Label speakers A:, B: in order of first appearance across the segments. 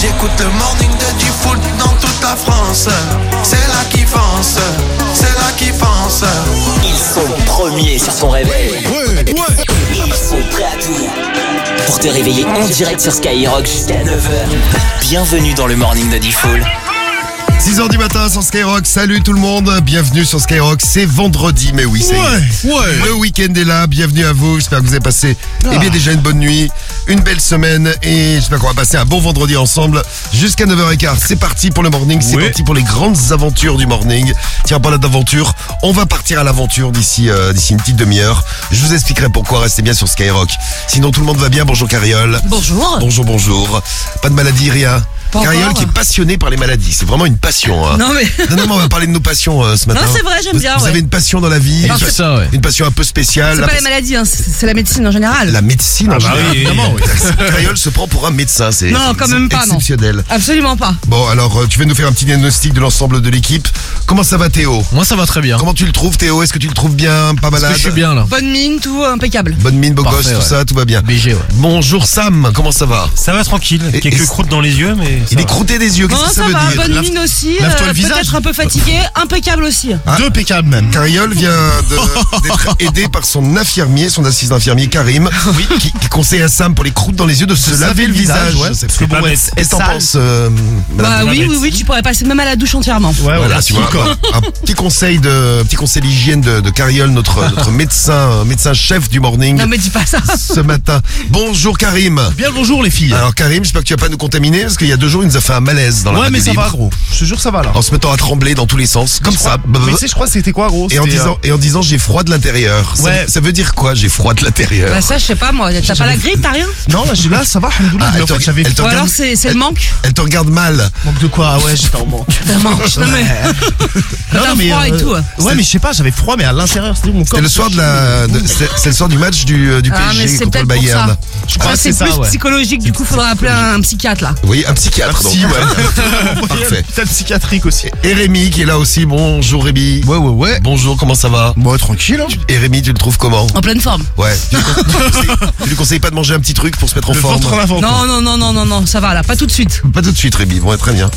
A: J'écoute le morning de G-Foot dans toute la France. C'est là qui fonce, c'est là qui fonce.
B: Ils sont premiers sur son réveil.
C: Ouais, ouais.
B: Ils sont prêts à tout. Pour te réveiller en direct sur Skyrock jusqu'à 9h. Bienvenue dans le morning de Diffoul.
C: 6h du matin sur Skyrock, salut tout le monde, bienvenue sur Skyrock, c'est vendredi, mais oui, c'est
D: Ouais, Ah. ouais.
C: le week-end est là, bienvenue à vous, j'espère que vous avez passé eh bien, déjà une bonne nuit, une belle semaine, et j'espère qu'on va passer un bon vendredi ensemble jusqu'à 9h15. C'est parti pour le morning, c'est
D: Ouais.
C: parti pour les grandes aventures du morning. Tiens, parlant d'aventure, on va partir à l'aventure d'ici euh, d'ici une petite demi-heure. Je vous expliquerai pourquoi, restez bien sur Skyrock. Sinon tout le monde va bien, bonjour Carriole.
E: Bonjour.
C: Bonjour, bonjour. Pas de maladie, rien.
E: Pas
C: Carriole
E: encore.
C: qui est passionné par les maladies. C'est vraiment une passion. hein.
E: Non mais
C: Non, non, mais on va parler de nos passions euh, ce matin.
E: Non, c'est vrai, j'aime
C: Vous-
E: bien,
C: Vous
E: ouais.
C: avez une passion dans la vie.
D: Et
C: une,
D: tout ça, ouais.
C: une passion un peu spéciale.
E: c'est
C: Euh, La,
E: pas les maladies, hein, c'est c'est la médecine en général.
C: la médecine en
D: bah
C: général.
D: oui, évidemment, oui.
C: Cariole se prend pour un médecin. C'est
E: Non,
C: c'est-
E: quand
C: c'est
E: même pas, non.
C: Exceptionnel.
E: Absolument pas.
C: Bon, alors, euh, tu vas nous faire un petit diagnostic de l'ensemble de l'équipe. Comment ça va, Théo
D: Moi ça va très bien.
C: Comment tu le trouves, Théo Est-ce que tu le trouves bien
D: Parce
C: Pas Ah, malade Bah,
D: que je suis bien là.
E: Bonne mine, tout euh, impeccable.
C: Bonne mine, beau
D: Parfait,
C: gosse, tout
D: ouais.
C: ça, tout va bien.
D: BG ouais.
C: Bonjour, Sam. Comment ça va
F: Ça va tranquille,
C: Et- et-
F: quelques croûtes dans les yeux, mais. ça
C: Il est
F: va.
C: croûté des yeux.
E: Non,
C: Qu'est-ce que ça,
E: ça,
C: veut
E: va,
C: dire
E: bonne mine aussi. euh,
C: lave-toi le visage. Bah.
E: Peut-être un peu fatigué, impeccable aussi.
D: Deux PKM même.
C: Ah, Carriole vient de- d'être aidé par son infirmier, son assistant infirmier Karim, qui, qui conseille à Sam pour les croûtes dans les yeux de se laver le visage.
D: ouais.
C: Je sais
F: Parce
C: pas.
F: que bon,
C: Ouais,
F: être
C: Est-ce que t'en
F: sale.
C: penses, euh, madame
E: Bah
F: la
E: oui, oui,
F: médecine.
E: oui, tu pourrais passer même à la douche entièrement.
F: Ouais,
C: voilà,
F: voilà,
C: tu vois,
F: encore.
C: un, un petit conseil de, petit conseil d'hygiène de, de Carriole, notre, notre médecin, euh, médecin chef du morning
E: Non mais dis pas ça.
C: ce matin. Bonjour Karim.
D: Bien le bonjour les filles.
C: Alors Karim, j'espère que tu vas pas nous contaminer parce qu'il y a deux jours, il nous a fait un malaise dans la
D: ouais
C: radio
D: mais ça
C: libre,
D: va gros. Je te jure ça va là.
C: En se mettant à trembler dans tous les sens, comme
D: Je crois-
C: ça.
D: Mais tu sais je crois que c'était quoi gros
C: bah, Et en
D: C'était, euh,
C: disant, et en disant j'ai froid de l'intérieur. Ça-
D: Ouais.
C: Ça, veut dire quoi, j'ai froid de l'intérieur
E: Bah ça, je sais pas moi. T'as pas la grippe, t'as rien
D: Non là, je- là ça va.
C: Ah,
D: alhamdoulilah, mais
C: elle
D: en
C: te-
D: fait, j'avais
C: elle te-
E: Ou
C: Regarde.
E: alors c'est c'est le manque
C: Elle te regarde mal.
D: manque de quoi Ah ouais j'étais en manque.
E: Le manque, non mais.
D: Non,
E: T'as froid
C: euh,
E: et tout, hein.
D: Ouais mais je sais pas j'avais froid mais à l'intérieur c'était mon corps.
C: C'est le soir de la, de- c'est c'est le soir du match du, euh, du
E: Ah, mais
C: PSG
E: c'est
C: contre le
E: peut-être pour
C: Bayern.
E: ça.
D: Je
E: Ça,
D: crois que
E: c'est
D: c'est ça
E: plus
D: ouais.
E: psychologique, du coup, faudra appeler un, un psychiatre là.
C: Oui, un psychiatre. donc.
D: psy,
C: Parfait.
D: Peut-être psychiatrique aussi.
C: Et Rémi qui est là aussi. Bonjour Rémi.
D: Ouais ouais ouais.
C: Bonjour, comment ça va
D: Moi tranquille. hein.
C: Et Rémi, tu le trouves comment
E: En pleine forme.
C: Ouais. Tu lui, conseilles, tu lui conseilles pas de manger un petit truc pour se mettre en
D: Le
C: forme
D: ventre hein. en avant.
E: Non, non, non, non, non, non, ça va là, pas tout de suite.
C: Pas tout de suite, Rémi. Bon, très bien.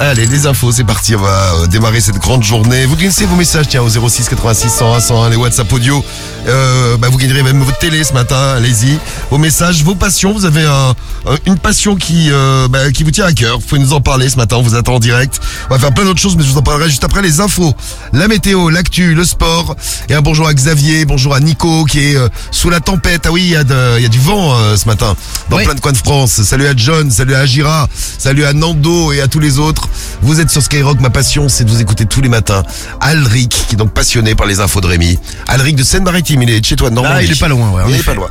C: Allez, les infos, c'est parti. On va euh, démarrer cette grande journée. Vous glissez vos messages, tiens, au 06 86 101 101, les WhatsApp audio. Euh, bah, vous gagnerez même votre télé ce matin. Allez-y. Vos messages, vos passions. Vous avez un- un- une passion qui, euh, bah, qui vous tient à cœur. Vous pouvez nous en parler ce matin. On vous attend en direct. On va faire plein d'autres choses, mais je vous en parlerai Euh, juste après les infos. La météo, l'actu, le sport. Et un bonjour à Xavier, bonjour à Nico qui est euh, sous la tempête. Ah oui, il y, a de- il y a du vent euh, ce matin dans
D: Oui.
C: plein de coins de France. Salut à John, salut à Agira, salut à Nando et à tous les autres. Vous êtes sur Skyrock, ma passion c'est de vous écouter tous les matins. Alric, qui est donc passionné par les infos de Rémi. Alric de Seine-Maritime, il est de chez toi de Normandie.
D: Ah, il est pas loin, ouais, en
C: Il est
D: effet.
C: pas loin.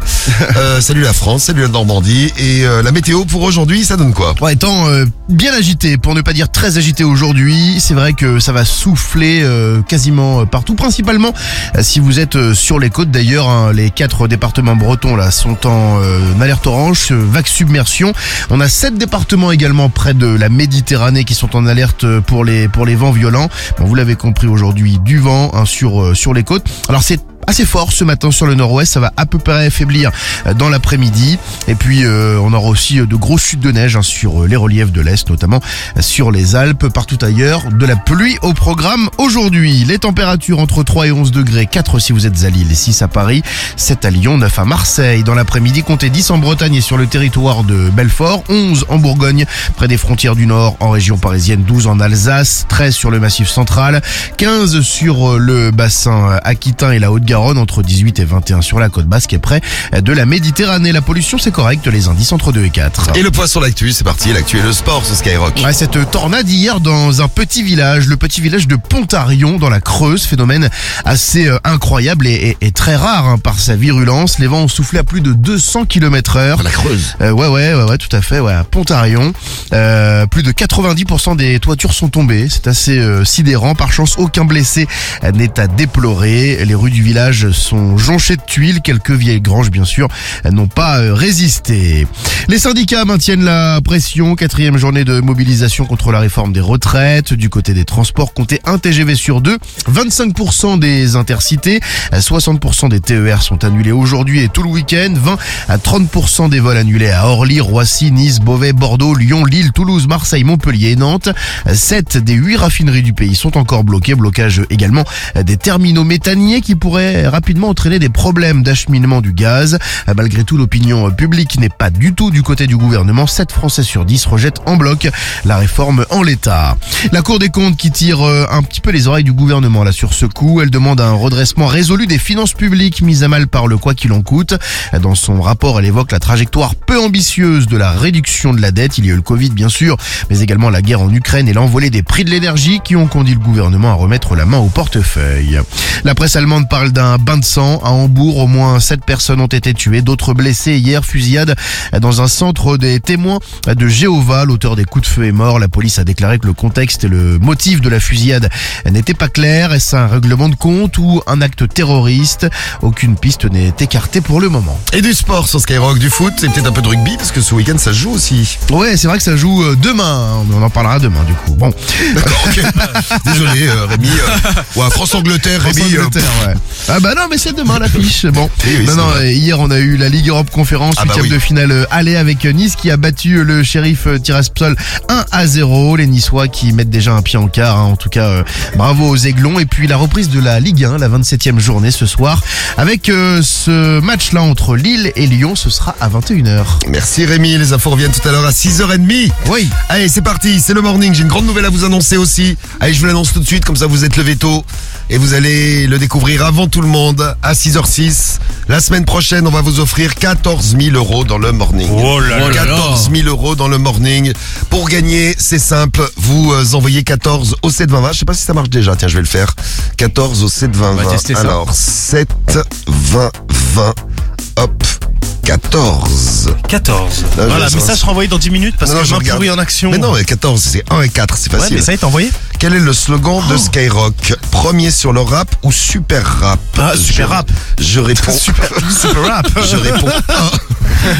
C: Euh, salut la France, salut la Normandie. Et euh, la météo pour aujourd'hui, ça donne quoi
G: Ouais, temps euh, bien agité, pour ne pas dire très agité aujourd'hui. C'est vrai que ça va souffler euh, quasiment euh, partout, principalement euh, si vous êtes euh, sur les côtes. D'ailleurs, hein, les quatre départements bretons là sont en euh, alerte orange, euh, vague submersion. On a sept départements également près de la Méditerranée qui sont en alerte euh, pour les pour les vents violents. Bon, vous l'avez compris aujourd'hui, du vent hein, sur euh, sur les côtes. Alors c'est assez fort ce matin sur le nord-ouest, ça va à peu près affaiblir euh, dans l'après-midi. Et puis euh, on aura aussi euh, de grosses chutes de neige hein, sur euh, les reliefs de l'Est, notamment euh, sur les Alpes, partout ailleurs. De la pluie au programme aujourd'hui. Les températures entre 3 et 11 degrés, 4 si vous êtes à Lille et 6 à Paris, 7 à Lyon, 9 à Marseille. Dans l'après-midi, comptez 10 en Bretagne et sur le territoire de Belfort, 11 en Bourgogne, près des frontières du Nord, en région parisienne, 12 en Alsace, 13 sur le massif central, 15 sur euh, le bassin euh, aquitain et la Haute-Garonne, entre 18 et 21 sur la côte basque et près euh, de la Méditerranée. La pollution, c'est correct, les indices entre 2 et 4.
D: Ah.
C: Et le poisson l'actu, c'est parti. L'actu et le sport sur Skyrock.
G: Ouais, cette tornade hier dans un petit village, le petit village de Pontarion dans la Creuse, phénomène assez euh, incroyable et, et- et très rare hein, par sa virulence. Les vents ont soufflé à plus de 200 km heure.
C: La Creuse.
G: Euh, ouais, ouais, ouais, ouais, tout à fait. Ouais, à Pontarion, Euh, plus de 90% des toitures sont tombées. C'est assez euh, sidérant. Par chance, aucun blessé euh, n'est à déplorer. Les rues du village villages sont jonchés de tuiles, quelques vieilles granges bien sûr n'ont pas euh, résisté. Les syndicats maintiennent la pression, quatrième journée de mobilisation contre la réforme des retraites, du côté des transports, comptez un TGV sur deux, 25% des intercités, euh, 60% des TER sont annulés aujourd'hui et tout le week-end, 20 à 30% des vols annulés à Orly, Roissy, Nice, Beauvais, Bordeaux, Lyon, Lille, Toulouse, Marseille, Montpellier et Nantes. 7 des 8 raffineries du pays sont encore bloquées. Blocage également des terminaux méthaniers qui pourraient rapidement entraîner des problèmes d'acheminement du gaz. Euh, Malgré tout, l'opinion publique n'est pas du tout du côté du gouvernement. 7 Français sur 10 rejettent en bloc la réforme en l'état. La Cour des comptes qui tire euh, un petit peu les oreilles du gouvernement là sur ce coup, elle demande un redressement résolu des finances publiques mises à mal par le quoi qu'il en coûte. Dans son rapport, elle évoque la trajectoire peu ambitieuse de la réduction de la dette. Il y a eu le Covid bien sûr, mais également la guerre en Ukraine et l'envolée des prix de l'énergie qui ont conduit le gouvernement à remettre la main au portefeuille. La presse allemande parle d'un bain de sang à Hambourg. Au moins 7 personnes ont été tuées, d'autres blessées hier. Fusillade dans un centre des témoins de Jéhovah. L'auteur des coups de feu est mort. La police a déclaré que le contexte et le motif de la fusillade n'étaient pas clairs. Est-ce un règlement de compte ou un acte terroriste Aucune piste n'est écartée pour le moment.
C: Et du sport sur Skyrock, du foot et peut-être un peu de rugby parce que ce week-end ça se joue aussi.
G: Ouais, c'est vrai que ça joue euh, demain. hein. On en parlera demain du coup. Bon,
C: Désolé euh, Rémi. euh, ouais, France-Angleterre, Rémi. euh,
G: Angleterre, ouais. Ah bah non, mais c'est demain l'affiche. Bon,
C: Eh Oui, oui,
G: non,
C: c'est
G: non,
C: vrai.
G: euh, hier on a eu la Ligue Europe Conférence,
C: Ah bah
G: huitième
C: oui.
G: de finale euh, aller avec euh, Nice qui a battu euh, le shérif euh, Tiraspol 1 à 0. Les Niçois qui mettent déjà un pied en quart. hein. En tout cas, euh, bravo aux Aiglons. Et puis la reprise de la Ligue 1, la 27e journée ce soir, avec euh, ce match-là entre Lille et Lyon, ce sera à 21h.
C: Merci Rémi, les infos reviennent tout à l'heure à 6h30.
G: Oui.
C: Allez, c'est parti, c'est le morning, j'ai une grande nouvelle à vous annoncer aussi. Allez, je vous l'annonce tout de suite, comme ça vous êtes levé tôt et vous allez le découvrir avant tout le monde à 6h06. La semaine prochaine, on va vous offrir 14 000 euros dans le morning.
D: Oh là là.
C: 14 000 euros dans le morning. Pour gagner, c'est simple, vous euh, envoyez 14 au 7 20 20. Je sais pas si ça marche déjà, tiens, je vais le faire. 14 au 7 20
D: va
C: 20.
D: tester ça.
C: Alors, 7 20 20. Hop. 14.
D: 14.
C: Là, je
D: euh, voilà,
C: vais-
D: message renvoyé dans 10 minutes parce
C: Non, non,
D: que
C: je
D: main
C: regarde.
D: pourrie en action.
C: Mais non, mais 14, c'est 1 et 4, c'est
D: ouais,
C: facile.
D: mais ça est envoyé Oh.
C: Quel est le slogan de Skyrock Premier sur le rap ou super rap
D: Ah, super
C: Je-
D: rap.
C: Je réponds. super,
D: rap.
C: Je réponds. un.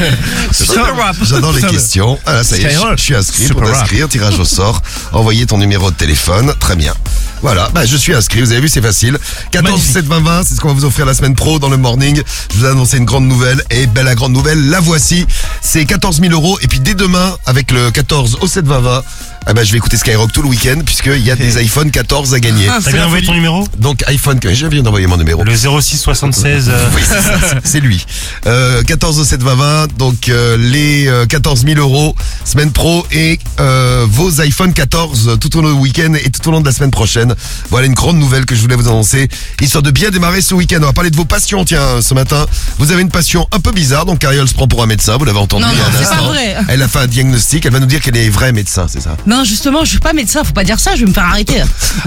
D: Super rap.
C: J'adore les
D: Putain, mais-
C: questions. Ah, là, ça y est, je,
D: Skyrock.
C: je suis inscrit
D: Super
C: pour
D: rap.
C: t'inscrire. Tirage au sort. Envoyez ton numéro de téléphone. Très bien. Voilà, bah, je suis inscrit, vous avez vu, c'est facile. 14
D: Magnifique.
C: 7 20 20, c'est ce qu'on va vous offrir la semaine pro dans le morning. Je vous ai annoncé une grande nouvelle, et ben la grande nouvelle, la voici. C'est 14 000 euros, et puis dès demain, avec le 14 au 7 20 20, eh ben, je vais écouter Skyrock tout le week-end, puisqu'il y a des iPhone 14 à gagner.
E: Ah,
F: T'as
E: c'est
F: bien envoyé ton numéro
C: Donc iPhone, que- je viens d'envoyer mon numéro.
F: Le 06 76. euh,
C: Oui, c'est ça, c'est- c'est lui. Euh, 14 au 7 20 20, donc euh, les euh, 14 000 euros, semaine pro et euh, vos iPhone 14 euh, tout au long du week-end et tout au long de la semaine prochaine. Voilà une grande nouvelle que je voulais vous annoncer, histoire de bien démarrer ce week-end. On va parler de vos passions, tiens, ce matin. Vous avez une passion un peu bizarre, donc Carriole se prend pour un médecin, vous l'avez entendu
E: Non,
C: il y a
E: non,
C: un
E: c'est pas
C: instant.
E: vrai.
C: Elle a fait un diagnostic, elle va nous dire qu'elle est vraie médecin, c'est ça
E: Non, justement, je suis pas médecin, faut pas dire ça, je vais me faire arrêter.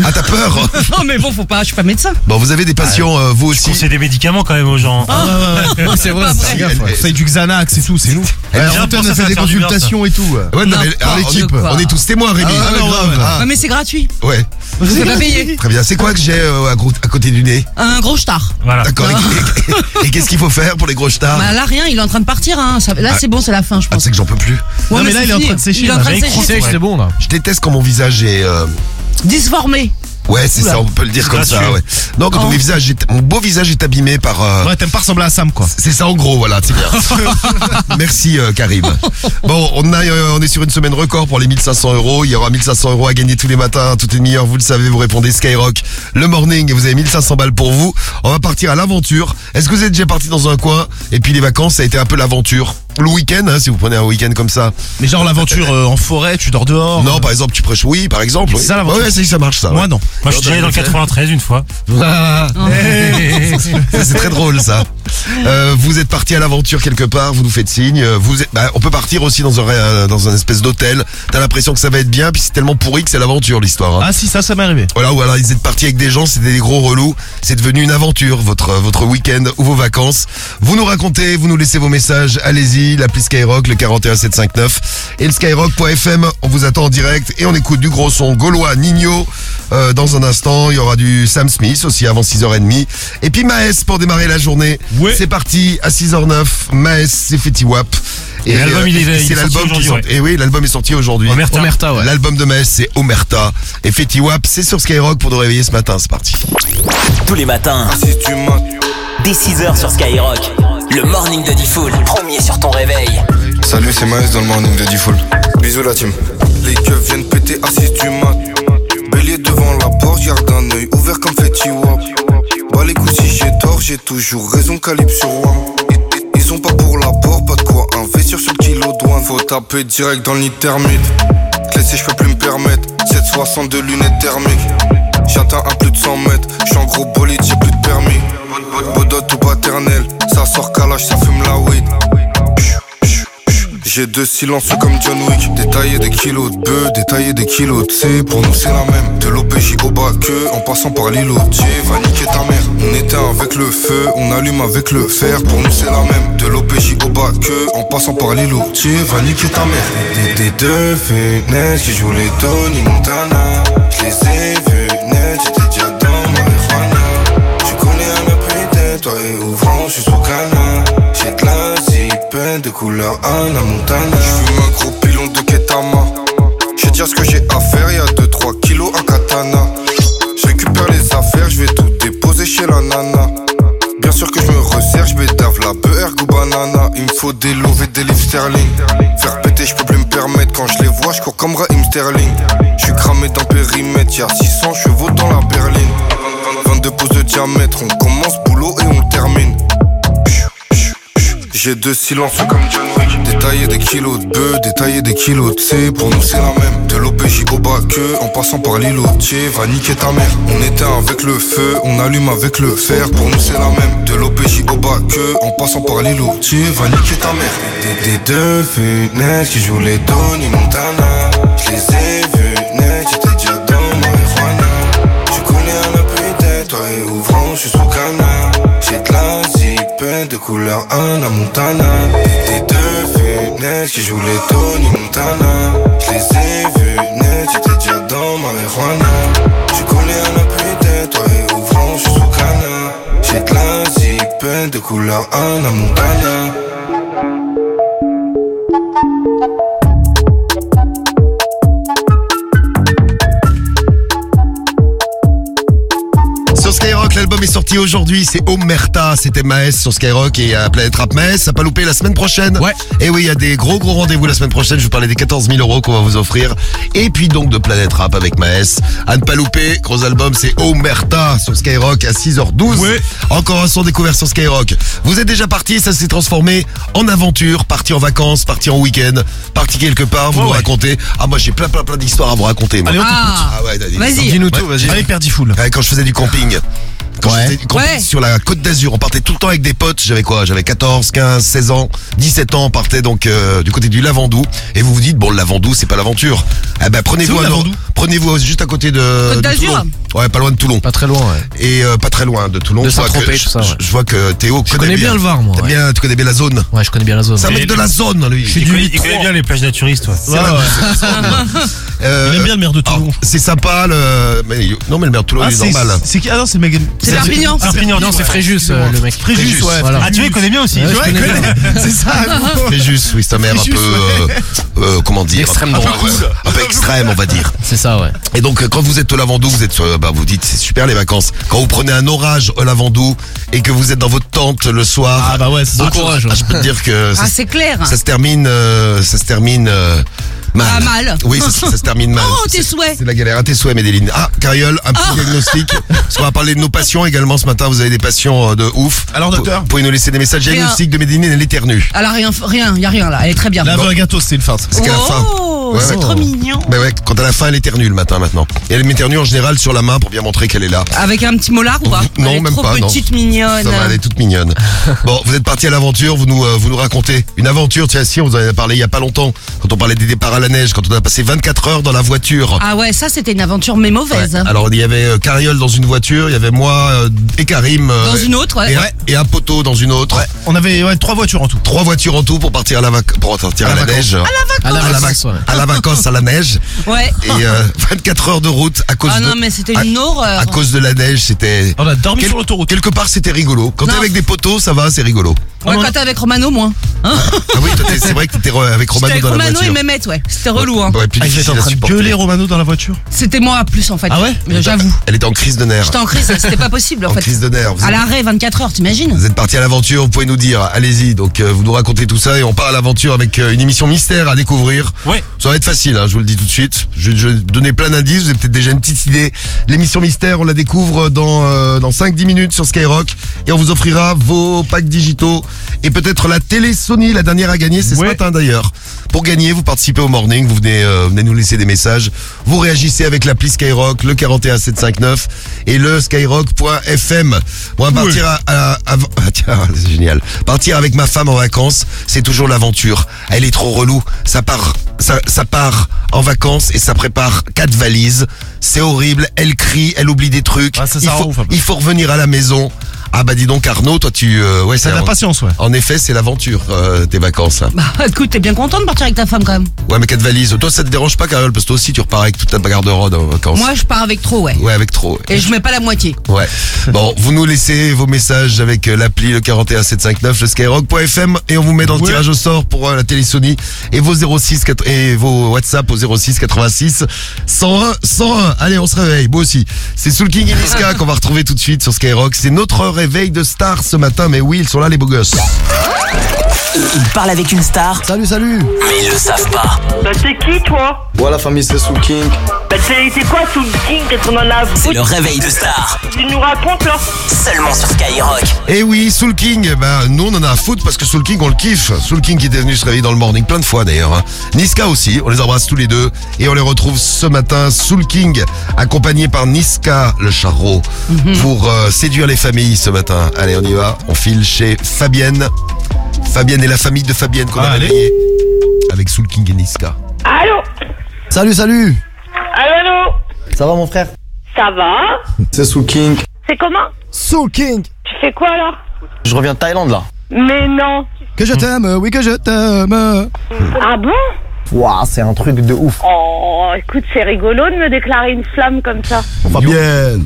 C: Ah, t'as
A: hein.
C: peur
E: non, mais bon, faut pas, je suis pas médecin.
C: Bon, vous avez
D: Ah,
C: des passions, euh, vous aussi
F: Conseille des médicaments quand même aux gens.
E: Ah,
D: C'est vrai,
E: c'est
C: grave, ouais.
D: C'est du Xanax et tout, c'est nous.
C: Elle
G: Ouais,
C: vient
G: Antoine
F: pour
G: a
F: ça, ça
G: fait
F: va
G: des
F: faire du bien, ça.
G: consultations et tout.
C: Ouais, non, mais,
E: N'importe
C: ah, on, est,
E: quoi.
C: on est tous témoins, Rémi.
G: Ah ouais,
C: Ah,
G: grave.
C: ah,
E: Ouais, mais c'est gratuit.
C: ouais.
E: Vous êtes pas payé.
C: Très bien. C'est quoi que j'ai euh, à, gro- à côté du nez
E: Un gros star.
F: Voilà.
C: D'accord. Et, et- et qu'est-ce qu'il faut faire pour les gros stars
E: Bah là, rien, il est en train de partir. Hein. ça- Là, c'est bon, c'est la fin, je
C: Ah, tu
E: pense.
C: sais que j'en peux plus.
E: Ouais,
D: non, mais
E: c'est
D: là, il est en
E: fini.
D: train de sécher.
E: Il est en
D: là.
E: train de
F: Avec
E: sécher.
F: Conseil,
D: C'est bon, là.
C: Je déteste quand mon visage est. euh,
E: Disformé.
C: Ouais, c'est
E: Oula.
C: ça, on peut le dire comme ça.
F: Gracieux.
C: Ouais. Non, quand mon
E: Oh.
C: visage, est- mon beau visage est abîmé par. euh,
D: Ouais, t'aimes pas ressembler à Sam, quoi.
C: C'est ça en gros, voilà, c'est bien. Merci euh, Karim. Bon, on, a, euh, on est sur une semaine record pour les 1500 euros. Il y aura 1500 euros à gagner tous les matins, toutes les demi-heures. Vous le savez, vous répondez Skyrock le morning et vous avez 1500 balles pour vous. On va partir à l'aventure. Est-ce que vous êtes déjà parti dans un coin Et puis les vacances, ça a été un peu l'aventure. Le week-end, hein, si vous prenez un week-end comme ça.
D: Mais genre, l'aventure euh, en forêt, tu dors dehors. euh.
C: non, par exemple, tu prêches. Oui, par exemple. Oui.
D: C'est ça, l'aventure.
C: Ouais, c'est- ça marche ça.
D: Moi,
C: ouais.
D: non.
F: Moi, je suis déjà allé dans le 93 une fois.
C: Ça, Ah. c'est très drôle ça. Euh, vous êtes parti à l'aventure quelque part, vous nous faites signe. euh, Vous êtes- bah, on peut partir aussi dans un, ré- euh, dans un espèce d'hôtel. T'as l'impression que ça va être bien, puis c'est tellement pourri que c'est l'aventure l'histoire. hein.
D: Ah si, ça, ça m'est arrivé.
C: Voilà, ou alors ils étaient partis avec des gens, c'était des gros relous. C'est devenu une aventure, votre, euh, votre week-end ou vos vacances. Vous nous racontez, vous nous laissez vos messages, allez-y, l'appli Skyrock, le 41759 et le skyrock.fm. On vous attend en direct et on écoute du gros son gaulois Nino. Euh, dans un instant, il y aura du Sam Smith aussi avant 6h30. Et puis Maes pour démarrer la journée.
F: Ouais.
C: C'est parti à 6h09. Maes, c'est Fetty Wap. Et,
F: l'album, il est- il est sorti
C: c'est l'album qui
F: aujourd'hui,
C: sort-
F: ouais.
C: Et Eh oui, l'album est sorti aujourd'hui.
F: Omerta.
D: Omerta, ouais.
C: L'album de Maes, c'est Omerta. Et Fetty Wap, c'est sur Skyrock pour nous réveiller ce matin. C'est parti.
B: Tous les matins, dès 6h sur Skyrock, le morning de Diffoul, premier sur ton réveil.
H: Salut, c'est Maes dans le morning de Diffoul. Bisous la team. Les keufs viennent péter assis du mat. Bélier devant la porte, garde un œil ouvert comme Fetty Wap. Bah les couilles si j'ai tort, j'ai toujours raison, calibre sur roi. Ils sont pas pour la porte, pas de quoi investir sur le kilo douane. Faut taper direct dans l'intermite. Classé, je peux plus me permettre. 762 lunettes thermiques. J'atteins à plus de 100 mètres. J'suis en gros bolide, j'ai plus de permis. Bodotte ou paternel, ça sort calage, ça fume la weed. J'ai deux silences comme John Wick. Détailler des kilos de bœufs, détailler des kilos de C. Pour nous, c'est la même. De l'OPJ au bas que, en passant par l'îlotier, va niquer ta mère. On éteint avec le feu, on allume avec le fer. Pour nous, c'est la même. De l'OPJ au bas que, en passant par l'îlotier, va niquer ta mère. Des, des deux fenêtres qui jouent les Tony Montana. Je les ai vus net, j'étais déjà dans Marijuana. Tu connais un appui toi et ouvrant, je suis sous canard. J'ai de la zipette de couleur Anna Montana. J'fume un gros pilon de Ketama. J'ai dire ce que j'ai à faire, y'a 2-3 kilos à katana. J'récupère les affaires, je vais tout déposer chez la nana. Bien sûr que je me resserre, je bédave la beurre ou banana. Il me faut des louvres et des livres sterling. Faire péter, je peux plus me permettre. Quand je les vois, je cours comme Raheem Sterling. Je suis cramé d'un périmètre, y'a 600 chevaux dans la berline. 22 pouces de diamètre, on commence boulot et on termine. J'ai deux silences comme John Wick. Détailler des kilos de bœufs, détailler des kilos de C. Pour nous, c'est la même. De l'OPJ au bas que, en passant par l'îlotier, va niquer ta mère. On éteint avec le feu, on allume avec le fer. Pour nous, c'est la même. De l'OPJ au bas que, en passant par l'îlotier, va niquer ta mère. Des, des deux fenêtres qui jouent les Tony Montana. Je les ai vus naître, j'étais déjà dans Marijuana. Tu connais un appui d'être, toi et ouvrant, je suis sous canard. J'ai de la zipette de couleur Anna Montana. Des deux fenêtres qui jouent les Tony Montana. Je les ai vus naître, j'étais déjà dans Marijuana. Tu connais un appui d'être, toi et ouvrant, je suis sous canard. J'ai de la zipette de couleur Anna Montana.
C: Sur Skyrock, l'album est sorti aujourd'hui. C'est Omerta. C'était Maes sur Skyrock et à Planète Rap Maes. Ça pas loupé la semaine prochaine.
D: Ouais.
C: Et oui, il y a des gros gros rendez-vous la semaine prochaine. Je vous parlais des 14 000 euros qu'on va vous offrir. Et puis donc de Planète Rap avec Maes. À ne pas louper. Gros album, c'est Omerta sur Skyrock à 6h12.
D: Ouais.
C: Encore un son découvert sur Skyrock. Vous êtes déjà parti. Ça s'est transformé en aventure. Parti en vacances, parti en week-end, parti quelque part. Vous
D: Ouais,
C: nous
D: ouais.
C: racontez. Ah, moi j'ai plein plein plein d'histoires à vous raconter. moi.
D: Allez, on
E: Ah,
C: Ah ouais, Nadine.
E: Vas-y.
G: Dis-nous
C: Ouais.
G: tout, vas-y.
D: Allez, Père Diffoul.
C: Ouais, quand je faisais du camping. Quand
G: Ouais.
C: je faisais du camping
E: Ouais.
C: sur la côte d'Azur, on partait tout le temps avec des potes. J'avais quoi J'avais 14, 15, 16 ans, 17 ans. On partait donc euh, du côté du Lavandou. Et vous vous dites, bon, le Lavandou, c'est pas l'aventure. Eh ben, prenez-vous
D: C'est où,
C: à
D: le
C: Nor-
D: Lavandou
C: Prenez-vous juste à côté de.
E: Côte
C: de
E: d'Azur
C: Toulon. Ouais, pas loin de Toulon.
G: Pas très loin, ouais.
C: Et euh, pas très loin de Toulon.
I: De
C: Je vois que-
I: Saint-Tropez,
C: je-
I: tout ça, ouais.
C: Je, je vois que Théo
I: Je connais bien le Var, moi.
C: T'aimes
I: Ouais.
C: bien- tu connais bien la zone.
I: Ouais, je connais bien la zone.
C: C'est un
F: Mais-
C: mec de la zone, lui.
F: Il connaît, il connaît bien les plages naturistes, toi.
C: C'est vrai. Euh,
D: Il aime bien le maire de
C: alors,
D: Toulon.
C: Euh, ah, c'est sympa le. mais- non, mais le maire de Toulon, il est
D: c'est
C: normal.
D: c'est qui Ah non, c'est Megan.
E: C'est Perpignan.
F: Perpignan,
I: Non,
F: tu
I: c'est
F: vois.
I: Fréjus, euh, le mec.
D: Fréjus, ouais.
I: Voilà.
F: Ah, tu vois, il connaît bien aussi.
I: Ouais, je connais bien.
C: C'est ça. C'est juste, oui, c'est un maire un
D: Fréjus,
C: peu, euh, euh, comment dire,
I: D'extrême
C: un peu-
I: droite.
C: ouais, un peu extrême, on va dire.
I: C'est ça, ouais.
C: Et donc, euh, quand vous êtes au Lavandou, vous êtes, euh, bah, vous dites, c'est super les vacances. Quand vous prenez un orage au Lavandou et que vous êtes dans votre tente le soir,
D: Ah bah ouais, c'est
I: Bon
D: ça.
I: courage.
C: ah, je peux te dire que ça,
E: Ah, c'est clair.
C: ça se termine, euh, ça se termine euh, mal.
E: Ah, mal.
C: Oui, ça, se- ça se termine mal.
E: Oh, tes
C: C'est-
E: souhaits.
C: C'est de la galère. À tes souhaits, Médéline. Ah, Cariole, un petit diagnostic. Parce qu'on va parler de nos passions également ce matin. Vous avez des passions euh, de ouf.
D: Alors, docteur
C: Vous pouvez nous laisser des messages.
E: Rien.
C: Diagnostic de Médéline, elle éternue.
E: Alors, rien, rien, y a rien là. Elle est très bien.
D: L'aveugle à gâteau, c'est une farce.
C: Parce qu'à la fin.
E: Oh Oh,
C: Ouais,
E: c'est
C: ouais.
E: trop mignon.
C: Bah ouais, quand à la fin, elle éternue le matin maintenant. Et elle m'éternue en général sur la main pour bien montrer qu'elle est là.
E: Avec un petit molar ou pas
C: Non,
E: Elle est
C: même
E: trop
C: pas, non.
E: petite, mignonne.
C: Ça va, elle est toute mignonne. Bon, vous êtes partis à l'aventure, vous nous, euh, vous nous racontez une aventure. Tiens, si, on vous en a parlé il y a pas longtemps, quand on parlait des départs à la neige, quand on a passé 24 heures dans la voiture.
E: Ah ouais, ça c'était une aventure mais mauvaise.
C: Ouais. Alors, il y avait euh, Cariole dans une voiture, il y avait moi euh, et Karim. euh,
E: Dans une autre, ouais.
C: et, un- et un poteau dans une autre.
D: On avait ouais, trois voitures en tout.
C: Trois voitures en tout pour partir à la, vac- pour partir à la, neige.
G: À la
C: À la,
G: vacance,
C: vac-
G: ouais.
C: à la vacance, à la neige.
E: Ouais.
C: Et euh, 24 heures de route à cause
E: Ah
C: de...
E: non, mais c'était
C: à-
E: une horreur.
C: à cause de la neige, c'était.
D: On a dormi
C: Quel-
D: sur l'autoroute.
C: Quelque part, c'était rigolo. Quand t'es
E: Non.
C: avec des poteaux, ça va, c'est rigolo.
E: Ouais, quand t'es avec Romano, moins.
C: Ah oui, toi, t'es- c'est vrai que t'étais re- avec
E: J'étais
C: Romano
E: avec
C: dans la
E: Romano et
C: voiture.
E: Mehmet, ouais. C'était relou, hein.
C: Ouais, plus
D: Ah, ils étaient
C: difficile
D: en
C: à
D: train de
C: supporter.
D: gueuler Romano dans la voiture.
E: C'était moi plus en fait.
D: Ah ouais
E: Mais J'avoue.
C: Elle était en crise de nerfs.
E: J'étais en crise, c'était pas possible en
C: Bah, En
E: fait.
C: crise de nerfs. Vous
E: À
C: êtes-
E: l'arrêt 24 heures, t'imagines
C: Vous êtes partis à l'aventure, vous pouvez nous dire, allez-y, donc euh, vous nous racontez tout ça et on part à l'aventure avec euh, une émission mystère à découvrir.
F: Ouais.
C: Ça va être facile, hein, je vous le dis tout de suite. Je, je vais donner plein d'indices, vous avez peut-être déjà une petite idée. L'émission mystère, on la découvre dans, euh, dans 5-10 minutes sur Skyrock et on vous offrira vos packs digitaux et peut-être la télé Sony, la dernière à gagner, c'est ce
F: Ouais.
C: matin d'ailleurs. Pour gagner, vous participez au morning, vous venez, euh, venez nous laisser des messages, vous réagissez avec l'appli Skyrock, le 41759 et le skyrock.fm. Bon, à partir à, à- à- ah, tiens, c'est génial. Partir avec ma femme en vacances, c'est toujours l'aventure. Elle est trop relou. Ça part, ça, ça part en vacances et ça prépare quatre valises. C'est horrible. Elle crie, elle oublie des trucs.
D: Ah, ça, ça
C: il,
D: rend
C: faut,
D: ouf un peu.
C: il faut revenir à la maison. Ah bah dis donc Arnaud, toi tu, euh, ouais,
D: T'as
C: c'est
D: de la
C: un-
D: patience, ouais.
C: En effet, c'est l'aventure euh, tes vacances. Là.
E: Bah écoute, t'es bien content de partir avec ta femme quand même.
C: Ouais, mais quatre valises. Toi, ça te dérange pas, Carole, parce que toi aussi tu repars avec toute ta garde-robe en vacances.
E: Moi je pars avec trop, ouais.
C: ouais, avec trop.
E: Et je mets pas la moitié.
C: Ouais. Bon, vous nous laissez vos messages avec euh, l'appli le 41759, le skyrock.fm et on vous met dans le tirage au sort pour euh, la télé Sony et vos 06 quatre- et vos WhatsApp au 06 86 101 101. Allez, on se réveille. Moi aussi. C'est Soul King et Niska qu'on va retrouver tout de suite sur Skyrock. C'est notre réveil de star ce matin, mais oui, ils sont là les beaux gosses.
B: Ils parlent avec une star,
G: Salut, salut
B: mais ils le savent pas.
I: Bah t'es qui toi
H: Voilà la famille, c'est Soul King.
I: Bah t'es t'es quoi sous le king Qu'est-ce qu'on en a à
B: C'est le
I: foutre
B: réveil de star,
I: Tu nous racontes là
B: seulement sur Skyrock.
C: Et oui, Soul King, eh ben, nous on en a à foutre parce que Soul King on le kiffe. Soul King qui était venu se réveiller dans le morning plein de fois d'ailleurs. hein. Niska aussi, on les embrasse tous les deux et on les retrouve ce matin. Soul King accompagné par Niska le charro pour euh, séduire les familles ce matin. Allez, on y va, on file chez Fabienne. Fabienne et la famille de Fabienne qu'on a
D: Allez.
C: réveillée avec Soul King et Niska.
I: Allô
G: Salut, salut
I: Allô allô
G: Ça va, mon frère
I: Ça va
H: C'est Soul King.
I: C'est comment
G: Soul King
I: Tu fais quoi là
H: Je reviens de Thaïlande là.
I: Mais non
G: Que je t'aime,
A: euh,
G: oui, que je t'aime
I: Ah bon
H: Waouh, c'est un truc de ouf.
I: Oh écoute c'est rigolo de me déclarer une flamme comme ça.
G: Fabienne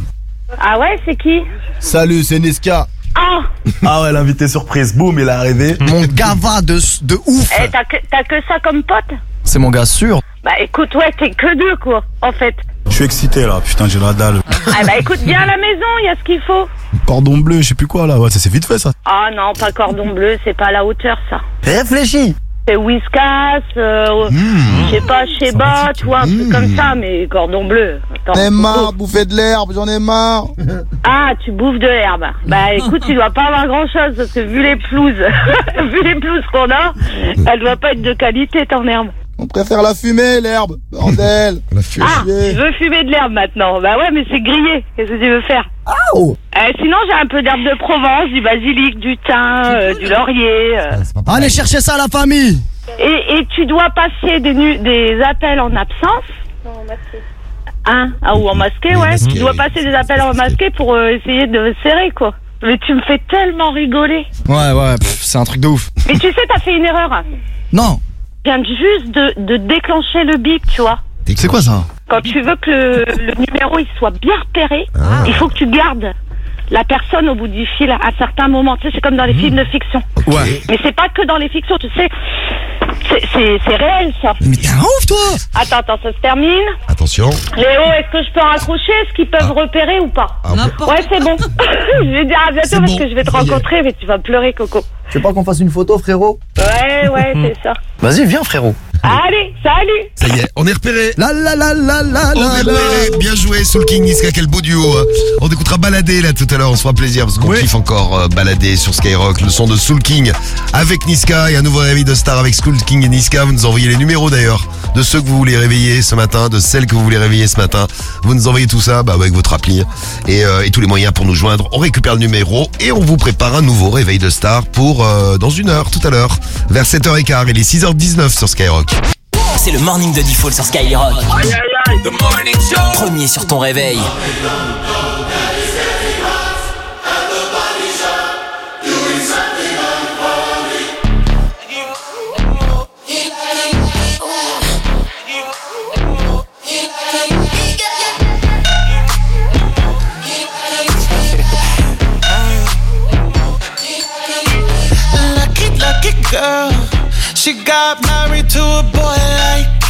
I: Ah ouais c'est qui
F: Euh,
G: Salut, c'est Niska
I: Ah
H: Ah ouais, l'invité surprise, boum, il est arrivé.
G: Mon gava de, de ouf
I: eh, t'as que t'as que ça comme pote
H: C'est mon gars sûr.
I: Bah écoute ouais t'es que deux quoi en fait.
J: Je suis excité là, putain j'ai la dalle.
I: Ah bah écoute bien à la maison il y a ce qu'il faut.
J: Cordon bleu, je sais plus quoi là, ouais, ça c'est vite fait ça.
I: Ah non pas cordon bleu c'est pas à la hauteur ça.
H: Réfléchis.
I: C'est Whiskas, euh, je sais pas, Sheba, tu vois, un truc comme ça, mais cordon bleu. Attends,
J: J'en ai marre,
I: tu
J: bouffer de l'herbe, j'en ai marre.
I: bouffes- Ah, tu bouffes de l'herbe. Bah écoute, tu dois pas avoir grand chose, parce que vu les pelouses, vu les pelouses qu'on a, elle doit pas être de qualité ton herbe.
J: On préfère la fumée, l'herbe. Bordel.
C: La fure.
I: Ah,
J: Yeah.
I: tu veux fumer de l'herbe maintenant. Bah ouais, mais c'est grillé. Qu'est-ce que tu veux faire
J: oh.
I: Euh, Sinon, j'ai un peu d'herbe de Provence, du basilic, du thym, euh, du laurier. euh.
G: Allez chercher ça à la famille
I: Et, et tu dois passer des, nu- des appels en absence. Hein Ah, ou en masqué, ouais.
C: masqué,
I: tu dois
C: oui.
I: passer des appels en masqué pour euh, essayer de serrer, quoi. Mais tu me fais tellement rigoler.
G: Ouais, ouais, c'est un truc de ouf
I: Mais tu sais, t'as fait une erreur. hein.
G: Non
I: Je viens de juste de, de déclencher le bip, tu vois.
G: C'est quoi ça
I: Quand tu veux que le, le numéro il soit bien repéré,
G: Ah.
I: il faut que tu gardes la personne au bout du fil à un certain moment. Tu sais, c'est comme
G: Hmm.
I: dans les films de fiction.
G: Ouais
I: Mais c'est pas que dans les fictions, tu sais. C'est- C'est c'est réel, ça.
G: Mais t'es un ouf, toi
I: Attends, attends, ça se termine.
C: Attention.
I: Léo, est-ce que je peux raccrocher Est-ce qu'ils peuvent repérer ou pas
C: Ah, bon.
E: N'importe
I: Ouais, c'est bon. je vais dire à bientôt parce que je vais te rencontrer, mais tu vas pleurer, Coco.
H: Tu veux pas qu'on fasse une photo, frérot
I: Ouais, ouais, c'est ça.
H: Vas-y, viens, frérot.
I: Allez, Salut
C: Ça y est, on est repéré.
G: La la la la la
C: On est
G: la la.
C: repéré. Bien joué, Soul King Niska, quel beau duo. hein. On écoutera Balader là tout à l'heure, on se fera plaisir parce qu'on kiffe encore euh, Balader sur Skyrock. Le son de Soul King avec Niska et un nouveau réveil de star avec Soul King et Niska. Vous nous envoyez les numéros d'ailleurs de ceux que vous voulez réveiller ce matin, de celles que vous voulez réveiller ce matin. Vous nous envoyez tout ça bah, avec votre appli et, euh, et tous les moyens pour nous joindre. On récupère le numéro et on vous prépare un nouveau réveil de star pour euh, dans une heure tout à l'heure vers 7h15. Il est 6h19 sur Skyrock.
B: C'est le morning de Default sur Skyrock. Premier sur ton réveil.
K: lucky, lucky girl. She got married to a boy like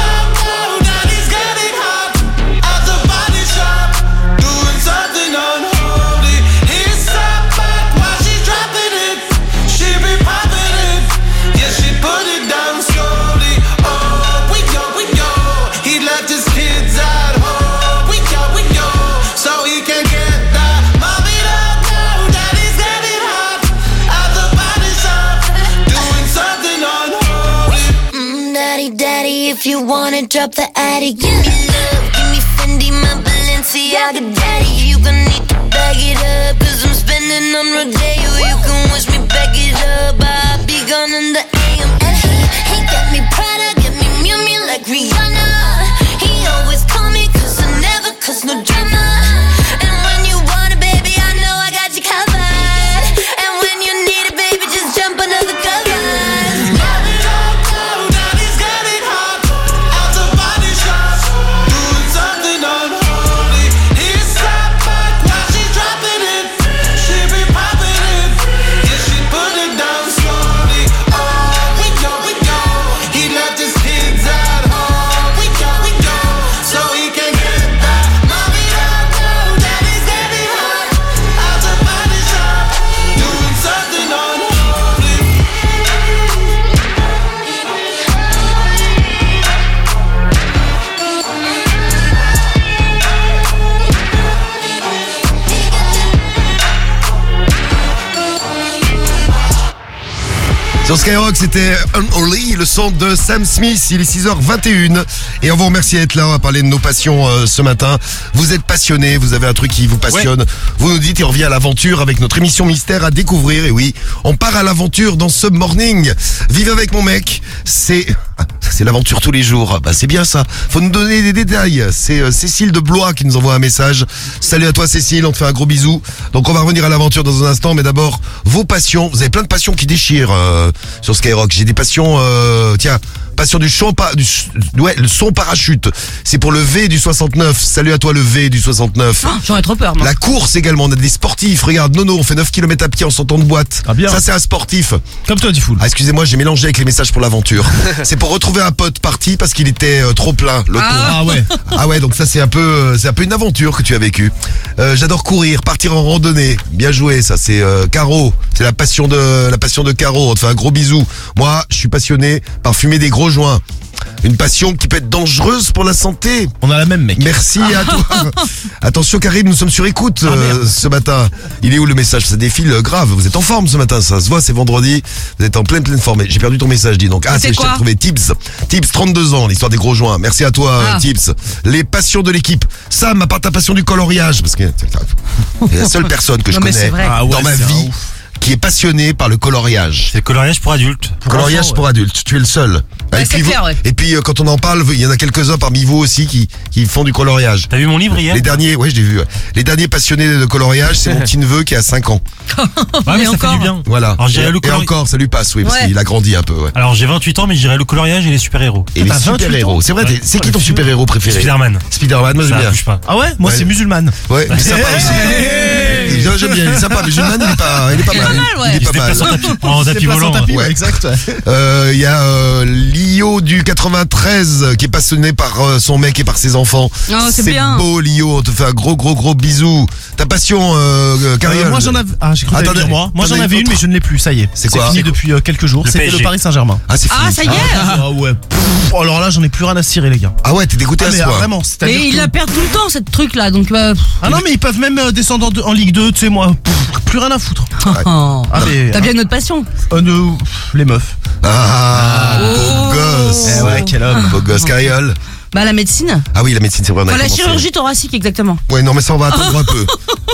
K: up, oh, daddy's getting hot. At the body shop, doing something unholy. He's sat back while she's dropping it. She be popping it. Yeah, she put it down slowly. Oh, we go, we go. He left his kids at home. We go, we go. So he can get that. Mom it up, oh, daddy's getting hot. At the body shop, doing something unholy.
L: Mm, daddy, daddy, if you wanna drop the attic, give me love, give me Fendi, my Balenciaga daddy. You gon' need to bag it up, cause I'm spending on Rodeo. You can wish me back it up, I'll be gone in the AM. And he, he got me Prada, got me Mew Mew like Rihanna. He always call me, cause I never cause no drama. And when you want it, baby, I know I got you covered. And when you need it, baby, just jump under the covers.
C: Sur Skyrock, c'était Unholy, le son de Sam Smith. Il est 6h21 et on vous remercie d'être là. On va parler de nos passions euh, ce matin. Vous êtes passionné, vous avez un truc qui vous passionne. Vous nous dites et on revient à l'aventure avec notre émission mystère à découvrir. Et oui, on part à l'aventure dans ce morning. Vivez avec mon mec, c'est ah, c'est l'aventure tous les jours. Bah, c'est bien ça. Faut nous donner des détails. C'est euh, Cécile de Blois qui nous envoie un message. Salut à toi Cécile, on te fait un gros bisou. Donc on va revenir à l'aventure dans un instant, mais d'abord vos passions. Vous avez plein de passions qui déchirent euh, sur Skyrock. J'ai des passions, euh, tiens, passion du chant, pa- du, s- ouais, le son parachute. C'est pour le V du 69. Salut à toi le V du 69.
E: Oh, J'aurais trop peur, moi.
D: Ah,
C: La course également, on a des sportifs, regarde, Nono, on fait 9 km à pied en sortant de boîte.
D: Ah, bien.
C: Ça c'est un sportif.
D: Comme toi, Diffoul.
C: Ah, excusez-moi, j'ai mélangé avec les messages pour l'aventure. c'est pour retrouver un pote parti parce qu'il était euh, trop plein, l'auto.
D: Ah ouais.
C: Ah ouais, donc ça c'est un peu, euh, c'est un peu une aventure que tu as vécue. Euh, J'adore courir, partir en randonnée. Bien joué, ça c'est euh, Caro. C'est la passion de, la passion de Caro. On te fait un gros bisou. Moi, je suis passionné par fumer des gros joints. Une passion qui peut être dangereuse pour la santé.
D: On a la même, mec.
C: Merci à toi. Attention Karim, nous sommes sur écoute
E: Ah,
C: euh, ce matin. Il est où le message Ça défile euh, grave. Vous êtes en forme ce matin, ça se voit, c'est vendredi. Vous êtes en pleine pleine forme. J'ai perdu ton message, dis donc. Ah,
E: C'était
C: c'est je t'ai
E: quoi
C: retrouvé Tips. Tips 32 ans, l'histoire des gros joints. Merci à toi
E: Ah.
C: euh, Tips. Les passions de l'équipe. Sam, à part ta passion du coloriage parce que c'est la seule personne que je
E: Non, mais c'est
C: connais
E: vrai.
F: Ah ouais,
C: dans ma
F: c'est un
C: vie qui est passionnée par le coloriage.
F: C'est le coloriage pour adultes.
C: coloriage
D: enfants,
C: pour adultes, tu es le seul. et, puis vous- et puis euh, quand on en parle, il y en a quelques-uns parmi vous aussi qui, qui font du coloriage. T'as vu mon livre hier Les derniers, ouais, je l'ai vu. ouais. Les derniers passionnés de coloriage, c'est mon petit neveu qui a 5 ans.
F: Ouais, mais Bah ça fait du bien.
C: Voilà.
F: Alors, j'irai
C: et,
F: le
C: et
F: colori-
C: encore, ça lui passe, oui, parce
F: Ouais.
C: qu'il a grandi un peu. Ouais.
F: Alors j'ai 28 ans, mais j'irai le coloriage et les super-héros.
C: Et les
F: T'as 28
C: super-héros.
F: ans
C: C'est vrai, t'es- c'est qui ton super-héros préféré
F: Spider-Man.
C: Spider-Man, moi j'aime
F: Ça
C: bien.
F: bouge pas.
D: Ah ouais Moi, c'est musulman.
C: Ouais, il est sympa aussi. Il est- J'aime bien, il est sympa, mais Juman, il est pas, il est pas mal.
D: ouais.
C: Il
D: Il
C: est
D: se
C: pas mal.
D: déplace en tapis- en Il se tapis déplace en volant, tapis, ouais. ouais, exact, ouais.
C: Euh, Il y a euh, Lio du 93 euh, qui est passionné par euh, son mec et par ses enfants.
E: Oh, c'est bien.
C: beau, Lio. On te fait un gros, gros, gros bisou. Ta passion, euh, euh, Carriole.
D: moi j'en avais. Ah, j'ai cru que t'allais
C: Attendez,
D: dire moi. Moi
C: t'en
D: j'en
C: as
D: avais une,
C: autre
D: mais je ne l'ai plus. Ça y est.
C: C'est quoi
D: fini
C: C'est quoi
D: depuis euh, quelques jours.
C: Le
D: C'était le
C: PSG.
D: Paris Saint-Germain.
C: Ah, c'est fini.
E: Ah, ça y est.
D: Ah ouais. Pff,
F: Oh,
D: alors là, j'en ai plus rien à cirer, les gars.
C: Ah ouais, t'es dégoûté
E: à ce
D: mais,
E: point.
D: Vraiment. c'est-à-dire
E: Mais ils
D: que-
E: la perdent tout le temps, cette truc-là, donc. euh, pff.
D: Ah non, mais ils peuvent même euh, descendre en, en Ligue 2, tu sais, moi. pff, plus rien à foutre.
E: Oh.
D: Ah, mais-
E: T'as bien notre passion.
D: Euh, nous, pff, les meufs.
C: Ah,
E: Oh.
C: beau gosse.
D: Eh ouais, quel homme.
C: Beau gosse, Carriole.
E: Bah, la médecine.
C: Ah oui, la médecine, c'est vrai. on a
E: Enfin, la
C: commencé.
E: chirurgie thoracique, exactement.
C: Ouais, non, mais ça, on va attendre un peu.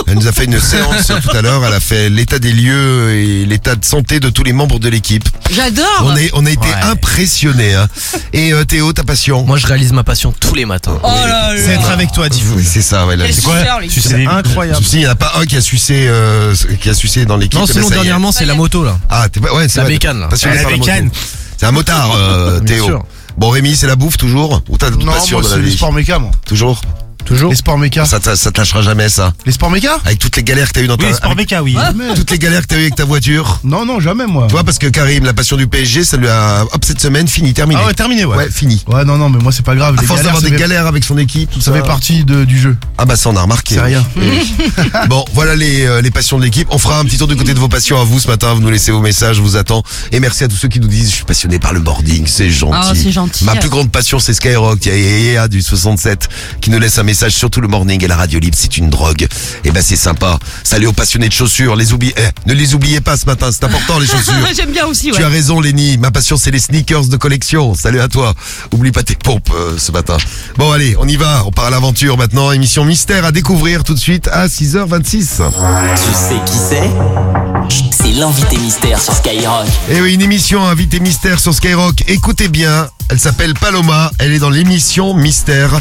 C: Elle nous a fait une séance euh, tout à l'heure. Elle a fait l'état des lieux et l'état de santé de tous les membres de l'équipe.
E: J'adore.
C: On, est, on a été impressionnés. hein. Et euh, Théo, ta passion
M: Moi, je réalise ma passion tous les matins.
E: Oh là là.
C: C'est
D: être avec toi, Diff.
C: C'est ça, ouais. là,
M: Quel
C: c'est quoi
M: suceur, les
C: Sucer
M: gars.
C: des-
M: C'est incroyable.
C: Si, il n'y en a pas un qui a sucé, euh, qui a sucé dans l'équipe.
M: Non,
C: eh ben,
M: sinon,
C: ça y est.
M: dernièrement, c'est la moto, là.
C: Ah, t'es pas, ouais, c'est
M: La
C: vrai, t'es
M: bécane, là.
C: passionné
M: La
C: par moto.
M: bécane.
C: C'est un motard, euh,
G: Bien
C: Théo.
G: sûr.
C: Bon, Rémi, c'est la bouffe toujours Ou t'as d'autres
G: Non,
C: passions
G: moi,
C: dans la
G: c'est les
C: vie
G: sports méca, moi.
C: Toujours
G: Toujours. Les sports méca.
C: ça, te- ça te lâchera jamais, ça.
G: Les sports méca
C: Avec toutes les galères que t'as eues dans ta
G: Oui, les sports
C: avec-
G: méca, oui. Jamais.
C: Toutes les galères que t'as eues avec ta voiture.
G: Non, non, jamais, moi.
C: Tu vois, parce que Karim, la passion du PSG, ça lui a. Hop, cette semaine, fini, terminé.
G: Ah ouais, terminé, ouais.
C: Ouais, fini.
G: Ouais, non, non, mais moi, c'est pas grave.
C: À
G: les
C: force d'avoir
G: ça
C: des
G: fait-
C: galères avec son équipe, tout ça.
G: Ça fait partie de- du jeu.
C: Ah bah ça on a remarqué.
G: C'est rien.
C: bon, voilà les, euh, les passions de l'équipe. On fera un petit tour du côté de vos passions à vous ce matin. Vous nous laissez vos messages, je vous attends. Et merci à tous ceux qui nous disent je suis passionné par le boarding, c'est gentil.
E: Ah, c'est gentil.
C: Ma plus grande passion c'est Skyrock. Il y a Yaya du 67 qui nous laisse un message surtout le morning et la radio libre, c'est une drogue. Et ben c'est sympa. Salut aux passionnés de chaussures, les oubliez. eh, ne les oubliez pas ce matin, c'est important Oh, les chaussures.
E: J'aime bien aussi, ouais.
C: Tu as raison, Lenny. Ma passion, c'est les sneakers de collection. Salut à toi. Oublie pas tes pompes euh, ce matin. Bon, allez, on y va. On part à l'aventure maintenant. Émission mystère à découvrir tout de suite à 6h26.
B: Tu sais qui c'est C'est l'invité mystère sur Skyrock.
C: Et oui, une émission invité mystère sur Skyrock. Écoutez bien. Elle s'appelle Paloma. Elle est dans l'émission mystère.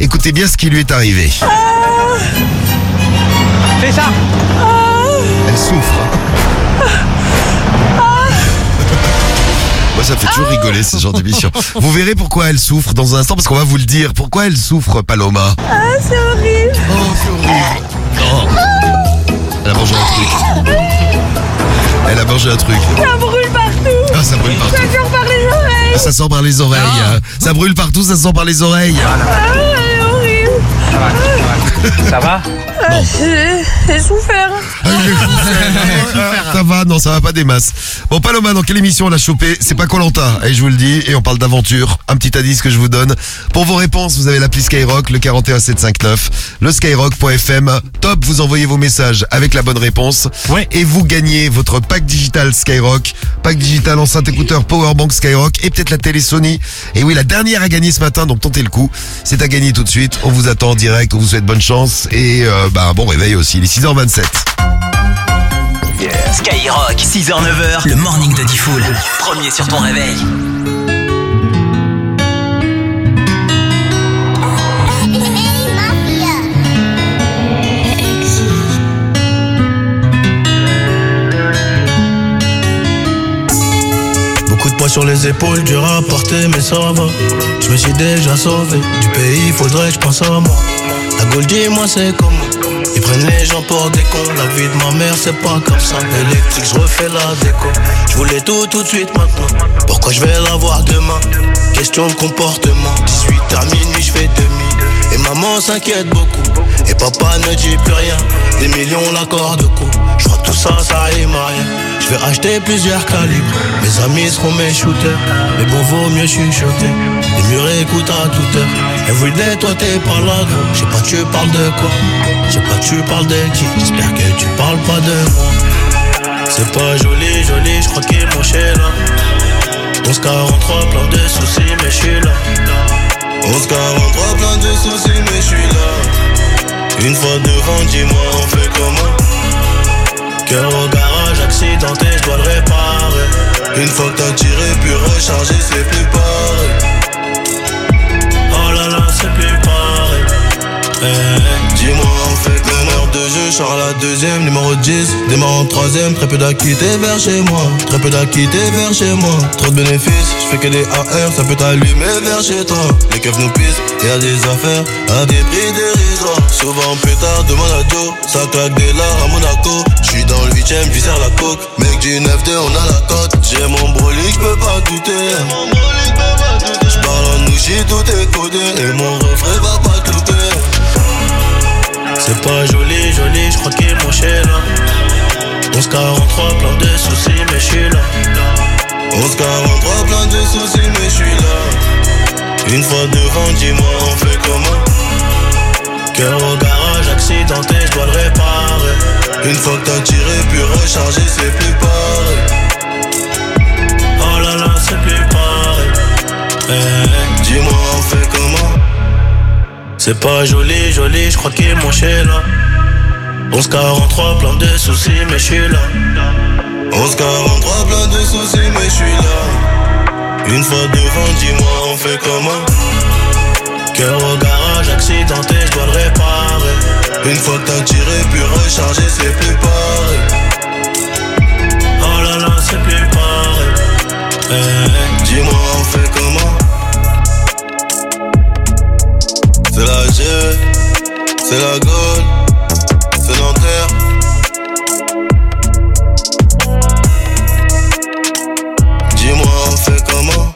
C: Écoutez bien ce qui lui est arrivé.
K: Fais ça
C: Elle souffre.
A: hein.
C: Moi, ça me fait toujours rigoler ce genre d'émission. Vous verrez pourquoi elle souffre dans un instant, parce qu'on va vous le dire. Pourquoi elle souffre, Paloma
K: Ah, c'est horrible
A: Oh,
B: Euh,
C: Non. Elle a mangé un truc. Elle a mangé un truc.
K: Ça brûle partout
C: Ah, ça brûle partout.
K: Ça sort par les oreilles
C: Ah, Ça sent par les oreilles. hein. Ça brûle partout, ça sent par les oreilles.
K: Ah, c'est horrible
C: Ça va
K: Ah, J'ai j'ai souffert
C: Ça va, non, ça va pas des masses. Bon, Paloma, dans quelle émission on l'a chopé C'est pas Colanta, et je vous le dis, et on parle d'aventure. Un petit indice que je vous donne. Pour vos réponses, vous avez l'appli Skyrock, le 41759, le skyrock.fm. Top, vous envoyez vos messages avec la bonne réponse. Et vous gagnez votre pack digital Skyrock, pack digital enceinte écouteur Powerbank Skyrock, et peut-être la télé Sony. Et oui, la dernière à gagner ce matin, donc tentez le coup. C'est à gagner tout de suite. On vous attend en direct, on vous souhaite bonne chance, et euh, bah, bon réveil aussi. Il est 6h27.
B: Skyrock, 6h-9h, le morning de Diffoul. Premier sur ton réveil.
N: Beaucoup de poids sur les épaules, dur à porter, mais ça va. Je me suis déjà sauvé du pays, faudrait que je pense à moi. La Gaule, dis-moi, c'est comment Ils prennent les gens pour des cons. La vie de ma mère, c'est pas comme ça. Électrique, je refais la déco. Je voulais tout, tout de suite maintenant. Pourquoi je vais l'avoir demain Question de comportement. 18 à minuit, je fais demi. Et maman s'inquiète beaucoup. Et papa ne dit plus rien. Des millions, l'accord de coup. Je crois que tout ça, ça rime à rien. Je vais acheter plusieurs calibres. Mes amis seront mes shooters. Mais bon, vaut mieux chuchoter. Les murs écoutent à toute heure. Et vous toi, t'es pas là, gros. Je sais pas, tu parles de quoi. Je sais pas, tu parles de qui. J'espère que tu parles pas de moi. C'est pas joli, joli, je crois qu'il est chez là. 11 43, plein de soucis, mais je suis là. 11 43, plein de soucis, mais je suis là. Une fois devant, dis-moi, on fait comment Cœur au garage, accidenté, je dois le réparer. Une fois que t'as tiré, puis rechargé, c'est plus pareil. Oh là là, c'est plus pareil. Eh, Dis-moi en fait l'honneur de jeu, je sors à la deuxième, numéro 10, démarre en troisième, très peu d'acquittés vers chez moi, très peu d'acquittés vers chez moi, trop de bénéfices, je fais que des AR, ça peut t'allumer vers chez toi, les keufs nous pissent, y'a des affaires, à des prix dérisoires, souvent plus tard, demande à Joe, ça claque des lards à Monaco, je suis dans le huitième, j'y sers la coke, mec du 9-2, on a la cote, j'ai mon brolic, je peux pas douter, je parle en nous, j'ai tout décodé, et mon refrain va pas c'est pas joli, joli, je crois qu'ils m'ont chez là 11 43, plein de soucis, mais je suis là 11 43, plein de soucis, mais je suis là Une fois devant, dis-moi, on fait comment Cœur au garage, accidenté, je dois le réparer Une fois que t'as tiré, puis rechargé, c'est plus pareil Oh là là, c'est plus pareil Eh, Dis-moi, on fait comment c'est pas joli, joli, je crois qu'ils m'ont chez là 11 43, plein de soucis, mais je suis là 11 43, plein de soucis, mais je suis là Une fois devant, dis-moi, on fait comment Cœur au garage, accidenté, je dois le réparer Une fois que t'as tiré, puis rechargé, c'est plus pareil Oh là là, c'est plus pareil Eh, Dis-moi, on fait comment C'est la G, c'est la Gaule, c'est Nanterre. Dis-moi, on fait comment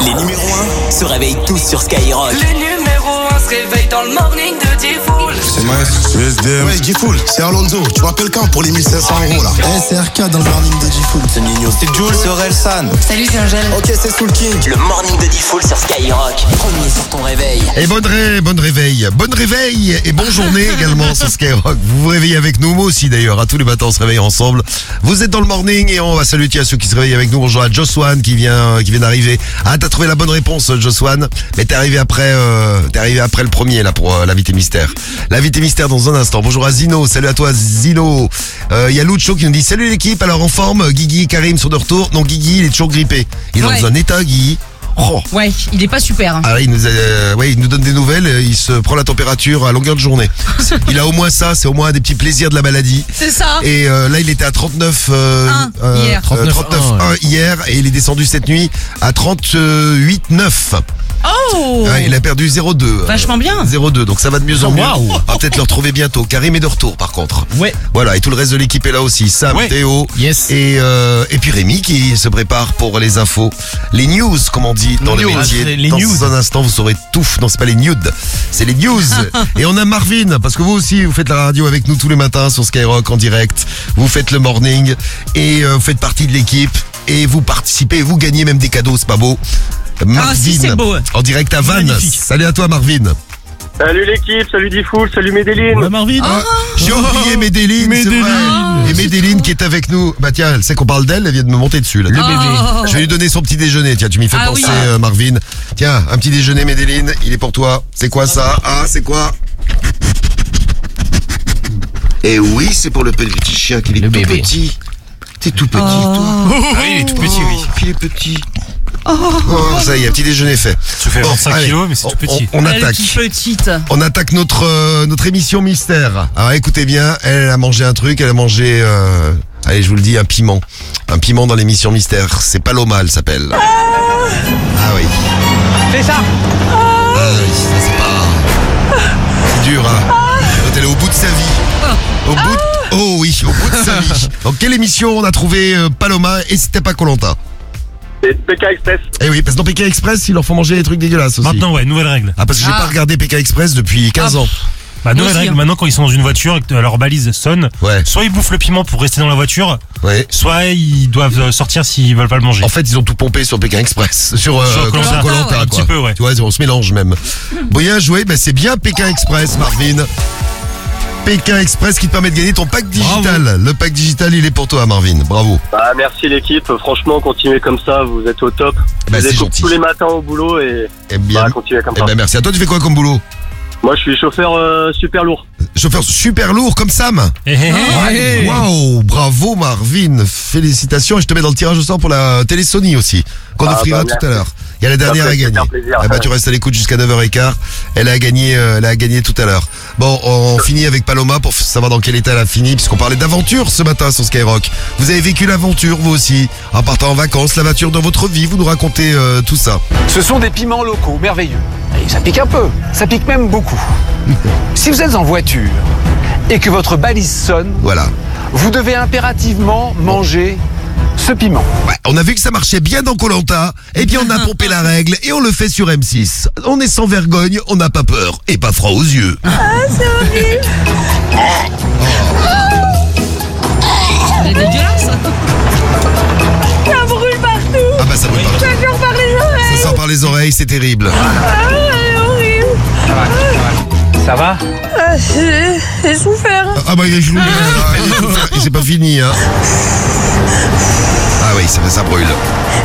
B: Les numéros 1 se réveillent tous sur Skyrock.
O: Les numéros 1 se réveillent dans le morning de Diffoul.
P: C'est Maes, USDM. Ouais, Gifoul, c'est Alonso. Tu vois quelqu'un pour les 1500 euros là SRK dans le morning de Gifoul. C'est mignon. C'est Jules, c'est Orelsan.
B: Salut, c'est Angèle. Ok, c'est Soul King. Le morning de Diffoul sur Skyrock. Premier sur ton réveil.
C: Et bonne, ré- bonne réveil, bonne réveil et bonne journée également sur Skyrock. Vous vous réveillez avec nous, moi aussi d'ailleurs. À tous les matins, on se réveille ensemble. Vous êtes dans le morning et on va saluer à ceux qui se réveillent avec nous. Bonjour à Joswan qui vient, qui vient d'arriver. Ah, t'as trouvé la bonne réponse, Joswan. Mais t'es arrivé après, euh, t'es arrivé après le premier là pour euh, l'invité mystère. L'invité mystère dans un instant. Bonjour à Zino. Salut à toi, Zino. Euh, Il y a Lucho qui nous dit salut l'équipe. Alors en forme, Guigui, et Karim sont de retour. Non, Guigui, il est toujours grippé. Il est
E: Ouais.
C: dans un état, Guigui. Oh.
E: Ouais, il est pas super. hein.
C: Ah, il nous, a- euh, ouais, il nous donne des nouvelles, euh, il se prend la température à longueur de journée. Il a au moins ça, c'est au moins des petits plaisirs de la maladie.
E: C'est ça.
C: Et euh, là, il était à 39, euh,
E: Un,
C: euh,
E: hier.
C: 39,
E: 39,
C: un hier, et il est descendu cette nuit à 38, 9.
E: Oh
C: il a perdu 0,2. euh,
E: Vachement bien.
C: 0,2, donc ça va de mieux en
E: Oh,
C: mieux.
E: waouh.
C: On va peut-être le retrouver bientôt. Karim est de retour, par contre.
M: Ouais.
C: Voilà, et tout le reste de l'équipe est là aussi. Sam, Théo. Et, euh, et puis Rémi qui se prépare pour les infos. Les news, comme on dit dans
M: Les
C: les
M: news.
C: métiers.
M: Ah, c'est les
C: Dans
M: news.
C: un instant, vous saurez tout. Non, c'est pas les nudes, c'est les news. et on a Marvin, parce que vous aussi, vous faites la radio avec nous tous les matins sur Skyrock en direct. Vous faites le morning et euh, vous faites partie de l'équipe. Et vous participez, vous gagnez même des cadeaux, c'est pas beau Marvin,
Q: Ah, si, c'est beau, ouais.
C: en direct à Vannes.
Q: Magnifique.
C: Salut à toi Marvin.
Q: Salut l'équipe, salut Diffoul, salut Medellin.
F: Bah,
Q: Marvin.
F: Ah.
C: Ah. J'ai oublié Médéline, c'est vrai. Et Médéline qui est avec nous. Bah tiens, elle sait qu'on parle d'elle, elle vient de me monter dessus. Là.
Q: Le bébé.
C: Je vais lui donner son petit déjeuner. Tiens, tu m'y fais
Q: Ah oui.
C: penser, euh, Marvin. Tiens, un petit déjeuner, Médéline. Il est pour toi. C'est quoi ça Ah, c'est quoi Et Eh oui, c'est pour le petit chien qui est tout petit. T'es tout petit,
R: Oh.
C: toi. il est tout petit, oui. Il est petit. Oh, ça y est, petit déjeuner fait.
F: Tu fais
C: Bon,
F: 25
C: allez,
F: kilos, mais c'est tout
C: on-
F: petit.
C: On, on
E: Elle est
C: attaque.
E: toute petite.
C: On attaque notre euh, notre émission mystère. Alors écoutez bien, elle a mangé un truc, elle a mangé, euh, allez je vous le dis, un piment, un piment dans l'émission mystère. C'est Paloma, elle s'appelle. Ah oui.
Q: C'est ça.
C: Ah oui, ça c'est pas. C'est dur. Hein. Quand elle est au bout de sa vie. Au bout. de-
F: Ah.
C: Oh oui, au bout de sa vie. Dans quelle émission on a trouvé euh, Paloma et c'était pas Colanta
Q: C'est PK Express.
C: Eh oui, parce que dans PK Express, ils leur font manger des trucs dégueulasses aussi.
F: Maintenant, ouais, nouvelle règle.
C: Ah parce que j'ai
F: Ah.
C: pas regardé PK Express depuis 15 ans.
F: Bah,
C: Moi
F: nouvelle
C: aussi,
F: règle,
C: hein.
F: maintenant quand ils sont dans une voiture et que leur balise sonne, soit ils bouffent le piment pour rester dans la voiture, soit ils doivent euh, sortir s'ils veulent pas le manger. En
C: fait, ils ont tout pompé sur Pékin Express. Sur, euh,
F: Koh Lanta.
C: sur Koh Lanta,
F: Un
C: quoi.
F: petit peu, ouais.
C: Tu vois, on se mélange même. Bon, bien joué, ben, c'est bien Pékin Express, Marvin. Pékin Express qui te permet de gagner ton pack digital. Le pack digital, il est pour toi, Marvin. Bravo.
Q: Bah, merci l'équipe, franchement, continuez comme ça, vous êtes au top.
C: Bah,
Q: vous
C: c'est
Q: êtes
C: gentil.
Q: tous les matins au boulot et
C: Eh bien,
Q: bah, continuez comme
C: eh
Q: ça.
C: ben, merci. À toi, tu fais quoi comme boulot
Q: Moi, je suis chauffeur euh, super lourd.
C: Chauffeur super lourd comme Sam.
F: Eh, hey.
C: Ah, Waouh, bravo Marvin, félicitations. Et je te mets dans le tirage au sort pour la télé Sony aussi, qu'on
Q: Ah, bah,
C: offrira tout à
Q: merci.
C: l'heure. Il y a la
Q: Ça
C: dernière
Q: fait
C: à gagner.
Q: super plaisir.
C: Eh ben, tu restes à l'écoute jusqu'à 9h15. Elle a gagné, euh, elle a gagné tout à l'heure. Bon, on finit avec Paloma pour f- savoir dans quel état elle a fini, puisqu'on parlait d'aventure ce matin sur Skyrock. Vous avez vécu l'aventure, vous aussi, en partant en vacances, l'aventure dans votre vie, vous nous racontez euh, tout ça.
R: Ce sont des piments locaux, merveilleux. Et ça pique un peu, ça pique même beaucoup. si vous êtes en voiture et que votre balise sonne,
C: voilà.
R: vous devez impérativement manger ce piment.
C: Ouais, on a vu que ça marchait bien dans Colanta, et bien on a pompé la règle et on le fait sur M6. On est sans vergogne, on n'a pas peur et pas froid aux yeux.
K: Ah, c'est horrible.
E: Ah.
K: Ah.
E: C'est dégueulasse.
K: Ça brûle partout.
C: Ah bah ça brûle partout.
K: Ça jure par les
C: Ça
K: oreilles.
C: sort par les oreilles, c'est terrible.
K: Ah, c'est horrible.
R: Ça va
K: Ah, j'ai j'ai souffert.
C: Ah bah il est chelou. Et c'est pas fini hein. Ah oui, ça, ça brûle.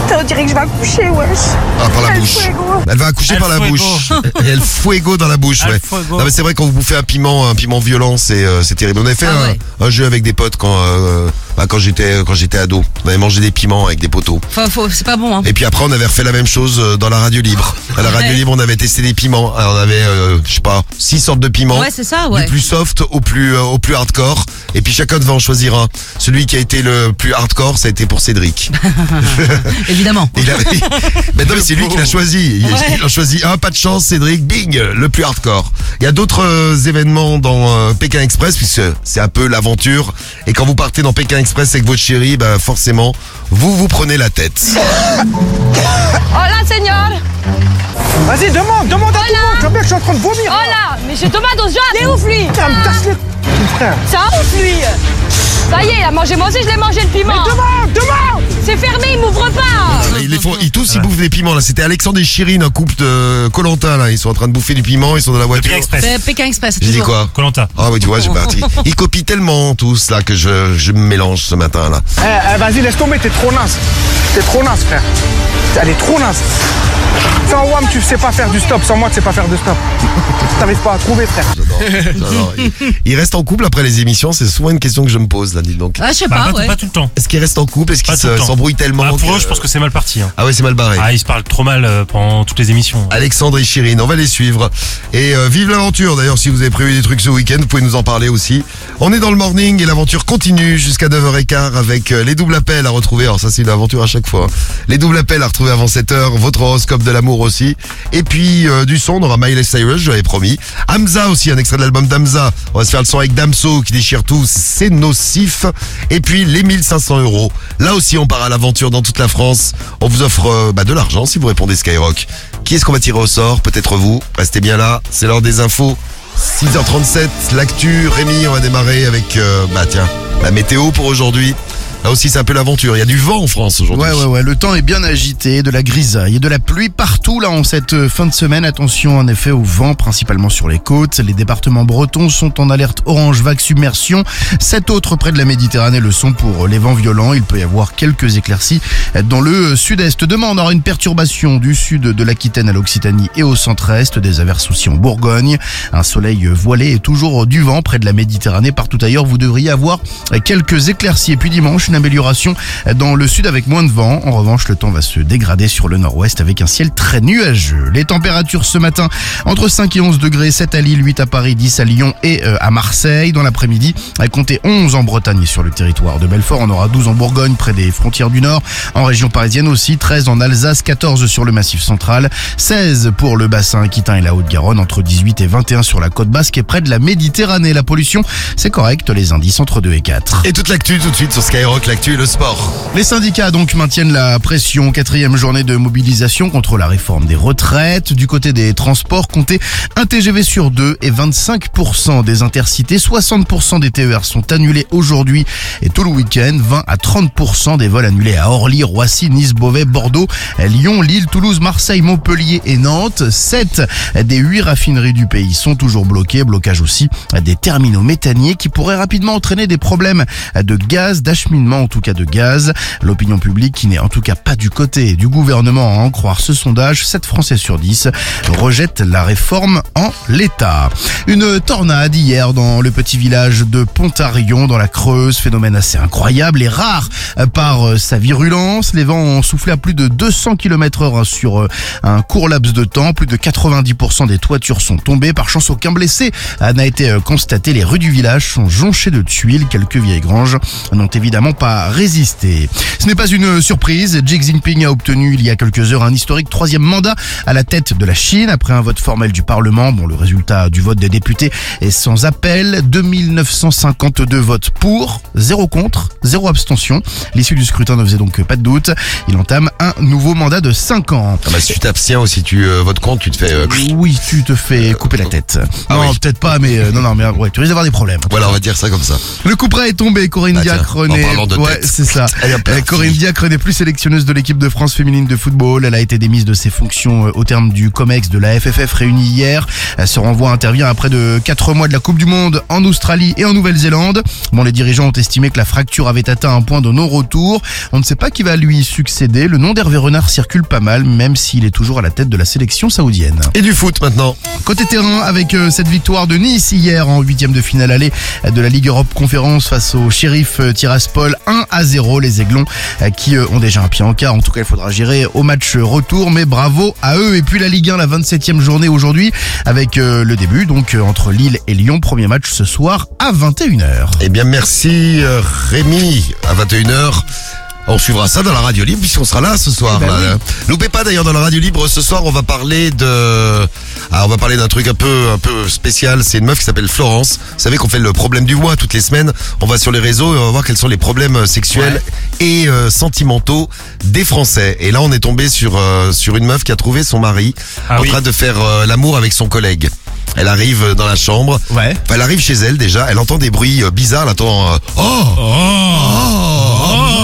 K: Putain, on dirait que je vais accoucher, wesh.
C: Ah, par la
K: Elle
C: bouche.
K: fait gros.
C: Elle va accoucher
K: Elle
C: par la
K: fuego.
C: bouche. Et elle fuego dans la bouche,
K: Elle
C: ouais.
K: fuego.
C: Non, mais c'est vrai, quand vous bouffez un piment, un piment violent, c'est euh, c'est terrible. On avait fait
E: Ah
C: un, un jeu avec des potes quand, euh, bah, quand j'étais quand j'étais ado. On avait mangé des piments avec des poteaux.
E: Enfin, faut- c'est pas bon, hein.
C: Et puis après, on avait refait la même chose euh, dans la radio libre. À la radio
E: Ouais.
C: libre, on avait testé des piments. Alors, on avait, euh, je sais pas, six sortes de piments.
E: Ouais, c'est ça, ouais.
C: Du plus soft au plus, euh, au plus hardcore. Et puis chacun devait en choisir un. Celui qui a été le plus hardcore, ça a été pour Cédric.
E: Évidemment.
C: Il avait... Ben non, mais c'est lui qui l'a choisi. Il,
E: Ouais.
C: il en choisit un, pas de chance, Cédric, bing, le plus hardcore. Il y a d'autres euh, événements dans euh, Pékin Express, puisque c'est un peu l'aventure. Et quand vous partez dans Pékin Express avec votre chérie, ben forcément, vous vous prenez la tête.
S: Hola, señor.
R: Vas-y, demande, demande à tout le monde. Le mec, je suis en train de vomir.
S: Hola, mais je tomate aux gens. Il est ouf, lui.
R: Putain, me casse le... Frère.
S: C'est un ouf, lui. Ça y est, il a mangé. Moi aussi, je l'ai mangé, le piment. Mais demande, demande. C'est fermé, il m'ouvre pas.
C: Ils, les font, ils tous, ils bouffent des piments. Là, c'était Alexandre et Chirine, un couple de Colanta. Là, ils sont en train de bouffer du piment. Ils sont dans la voiture.
E: C'est Euh, Pékin Express.
C: J'ai dit
E: toujours.
C: quoi Colanta. Ah oui, tu vois, j'ai parti. Ils copient tellement tous là que je, je me mélange ce matin là.
R: Eh, eh, vas-y, laisse tomber, t'es trop naze. T'es trop naze, frère. Elle est trop naze. Sans WAM, tu sais pas faire du stop. Sans moi, tu sais pas faire de stop. T'arrives pas à trouver, frère.
C: J'adore. Ils- Ils restent en couple après les émissions. C'est souvent une question que je me pose là, dis donc.
E: Ah, je sais
F: Bah,
E: pas,
F: pas-
E: ouais.
F: pas tout le temps.
C: Est-ce qu'ils restent en couple Est-ce
F: Pas
C: qu'ils
F: tout le
C: se-
F: temps.
C: s'embrouillent tellement
F: Bah, pour
C: que-
F: eux, je pense que c'est mal parti. hein.
C: Ah oui, c'est mal barré.
F: Ah, ils se parlent trop mal euh, pendant toutes les émissions.
C: Alexandre et Chirine, on va les suivre. Et euh, vive l'aventure d'ailleurs, si vous avez prévu des trucs ce week-end, vous pouvez nous en parler aussi. On est dans le morning et l'aventure continue jusqu'à 9h15 avec euh, les doubles appels à retrouver. Alors ça c'est une aventure à chaque fois. hein. Les doubles appels à retrouver avant 7h, votre horoscope de l'amour aussi. Et puis euh, du son, on aura Miley Cyrus, je l'avais promis. Hamza aussi, un extrait de l'album d'Hamza. On va se faire le son avec Damso qui déchire tout, c'est nocif. Et puis les 1500 euros. Là aussi on part à l'aventure dans toute la France. On vous offre euh, bah, de l'argent si vous répondez Skyrock. Qui est-ce qu'on va tirer au sort Peut-être vous. Restez bien là, c'est l'heure des infos. 6h37, l'actu. Rémi, on va démarrer avec euh, bah tiens, la météo pour aujourd'hui. Là aussi, c'est un peu l'aventure. Il y a du vent en France aujourd'hui.
G: Ouais, ouais, ouais. Le temps est bien agité, de la grisaille et de la pluie partout là en cette euh, fin de semaine. Attention en effet au vent, principalement sur les côtes. Les départements bretons sont en alerte orange vague submersion. Sept autres près de la Méditerranée le sont pour euh, les vents violents. Il peut y avoir quelques éclaircies euh, dans le euh, sud-est. Demain, on aura une perturbation du sud de l'Aquitaine à l'Occitanie et au centre-est. Des averses aussi en Bourgogne. Un soleil euh, voilé et toujours du vent près de la Méditerranée. Partout ailleurs, vous devriez avoir euh, quelques éclaircies. Et puis dimanche, une amélioration dans le sud avec moins de vent. En revanche, le temps va se dégrader sur le nord-ouest avec un ciel très nuageux. Les températures ce matin, entre 5 et 11 degrés, 7 à Lille, 8 à Paris, 10 à Lyon et euh, à Marseille. Dans l'après-midi, à compter 11 en Bretagne et sur le territoire de Belfort. On aura 12 en Bourgogne, près des frontières du Nord. En région parisienne aussi, 13 en Alsace, 14 sur le massif central, 16 pour le bassin aquitain et la Haute-Garonne, entre 18 et 21 sur la côte basque et près de la Méditerranée. La pollution, c'est correct, les indices entre 2 et 4.
C: Et toute l'actu tout de suite sur Skyrock, l'actu et le sport.
G: Les syndicats donc maintiennent la pression. Quatrième journée de mobilisation contre la réforme des retraites. Du côté des transports, comptez un TGV sur deux et 25% des intercités, 60% des TER sont annulés aujourd'hui et tout le week-end. 20 à 30% des vols annulés à Orly, Roissy, Nice, Beauvais, Bordeaux, Lyon, Lille, Toulouse, Marseille, Montpellier et Nantes. 7 des 8 raffineries du pays sont toujours bloquées. Blocage aussi des terminaux méthaniers qui pourraient rapidement entraîner des problèmes de gaz, d'acheminement énormément, en tout cas de gaz. L'opinion publique qui n'est en tout cas pas du côté du gouvernement à en croire ce sondage, 7 Français sur 10 rejettent la réforme en l'état. Une tornade hier dans le petit village de Pontarion dans la Creuse, phénomène assez incroyable et rare par euh, sa virulence. Les vents ont soufflé à plus de 200 km heure sur euh, un court laps de temps. Plus de 90% des toitures sont tombées. Par chance, aucun blessé euh, n'a été euh, constaté. Les rues du village sont jonchées de tuiles. Quelques vieilles granges n'ont évidemment pas résisté. Ce n'est pas une euh, surprise. Xi Jinping a obtenu il y a quelques heures un historique troisième mandat à la tête de la Chine après un vote formel du Parlement. Bon, le résultat du vote des députés est sans appel. 2952 votes pour, 0 contre, 0 abstention. L'issue du scrutin ne faisait donc pas de doute. Il entame un nouveau mandat de 5 ans.
C: Ah bah, si tu t'abstiens ou si tu euh, votes contre, tu te fais. euh,
G: Oui, tu te fais couper la tête.
C: Ah
G: non,
C: oui.
G: peut-être pas, mais euh, non, non, mais euh, ouais, tu risques d'avoir des problèmes.
C: Voilà, on va dire ça comme ça.
G: Le coup près est tombé, Corinne
C: Bah, tiens,
G: Diacre
C: en
G: n'est-
C: parlant de
G: ouais,
C: tête.
G: c'est ça.
C: Elle est partie.
G: Euh, Corinne Diacre n'est plus sélectionneuse de l'équipe de France féminine de football. Elle a été démise de ses fonctions euh, au terme du COMEX de la FFF réunie hier. Euh, Ce renvoi intervient après de 4 mois de la Coupe du Monde en Australie et en Nouvelle-Zélande. Bon, les dirigeants ont estimé que la fracture avait atteint un point de non-retour. On ne sait pas qui va lui succéder. Le nom d'Hervé Renard circule pas mal, même s'il est toujours à la tête de la sélection saoudienne.
C: Et du foot maintenant.
G: Côté terrain, avec euh, cette victoire de Nice hier en huitième de finale aller de la Ligue Europe Conférence face au shérif euh, Tiraspol 1 à 0. Les Aiglons euh, qui euh, ont déjà un pied en quart. En tout cas, il faudra gérer au match retour. Mais bravo à eux. Et puis la Ligue 1, la 27e journée aujourd'hui avec euh, le début. Donc euh, entre Lille et Lyon, premier match ce soir à 21h.
C: Eh bien, merci euh, Rémi. À 21h, on suivra ça dans la radio libre puisqu'on sera là ce
G: Eh ben
C: soir. là. Loupez pas d'ailleurs dans la radio libre ce soir, on va parler de. Ah, on va parler d'un truc un peu, un peu spécial. C'est une meuf qui s'appelle Florence. Vous savez qu'on fait le problème du mois toutes les semaines. On va sur les réseaux et on va voir quels sont les problèmes euh, sexuels et euh, sentimentaux des Français. Et là, on est tombé sur euh, sur une meuf qui a trouvé son mari
G: Ah
C: en train de faire euh, l'amour avec son collègue. Elle arrive dans la chambre. Enfin, Elle arrive chez elle déjà. Elle entend des bruits euh, bizarres. Elle entend. euh, oh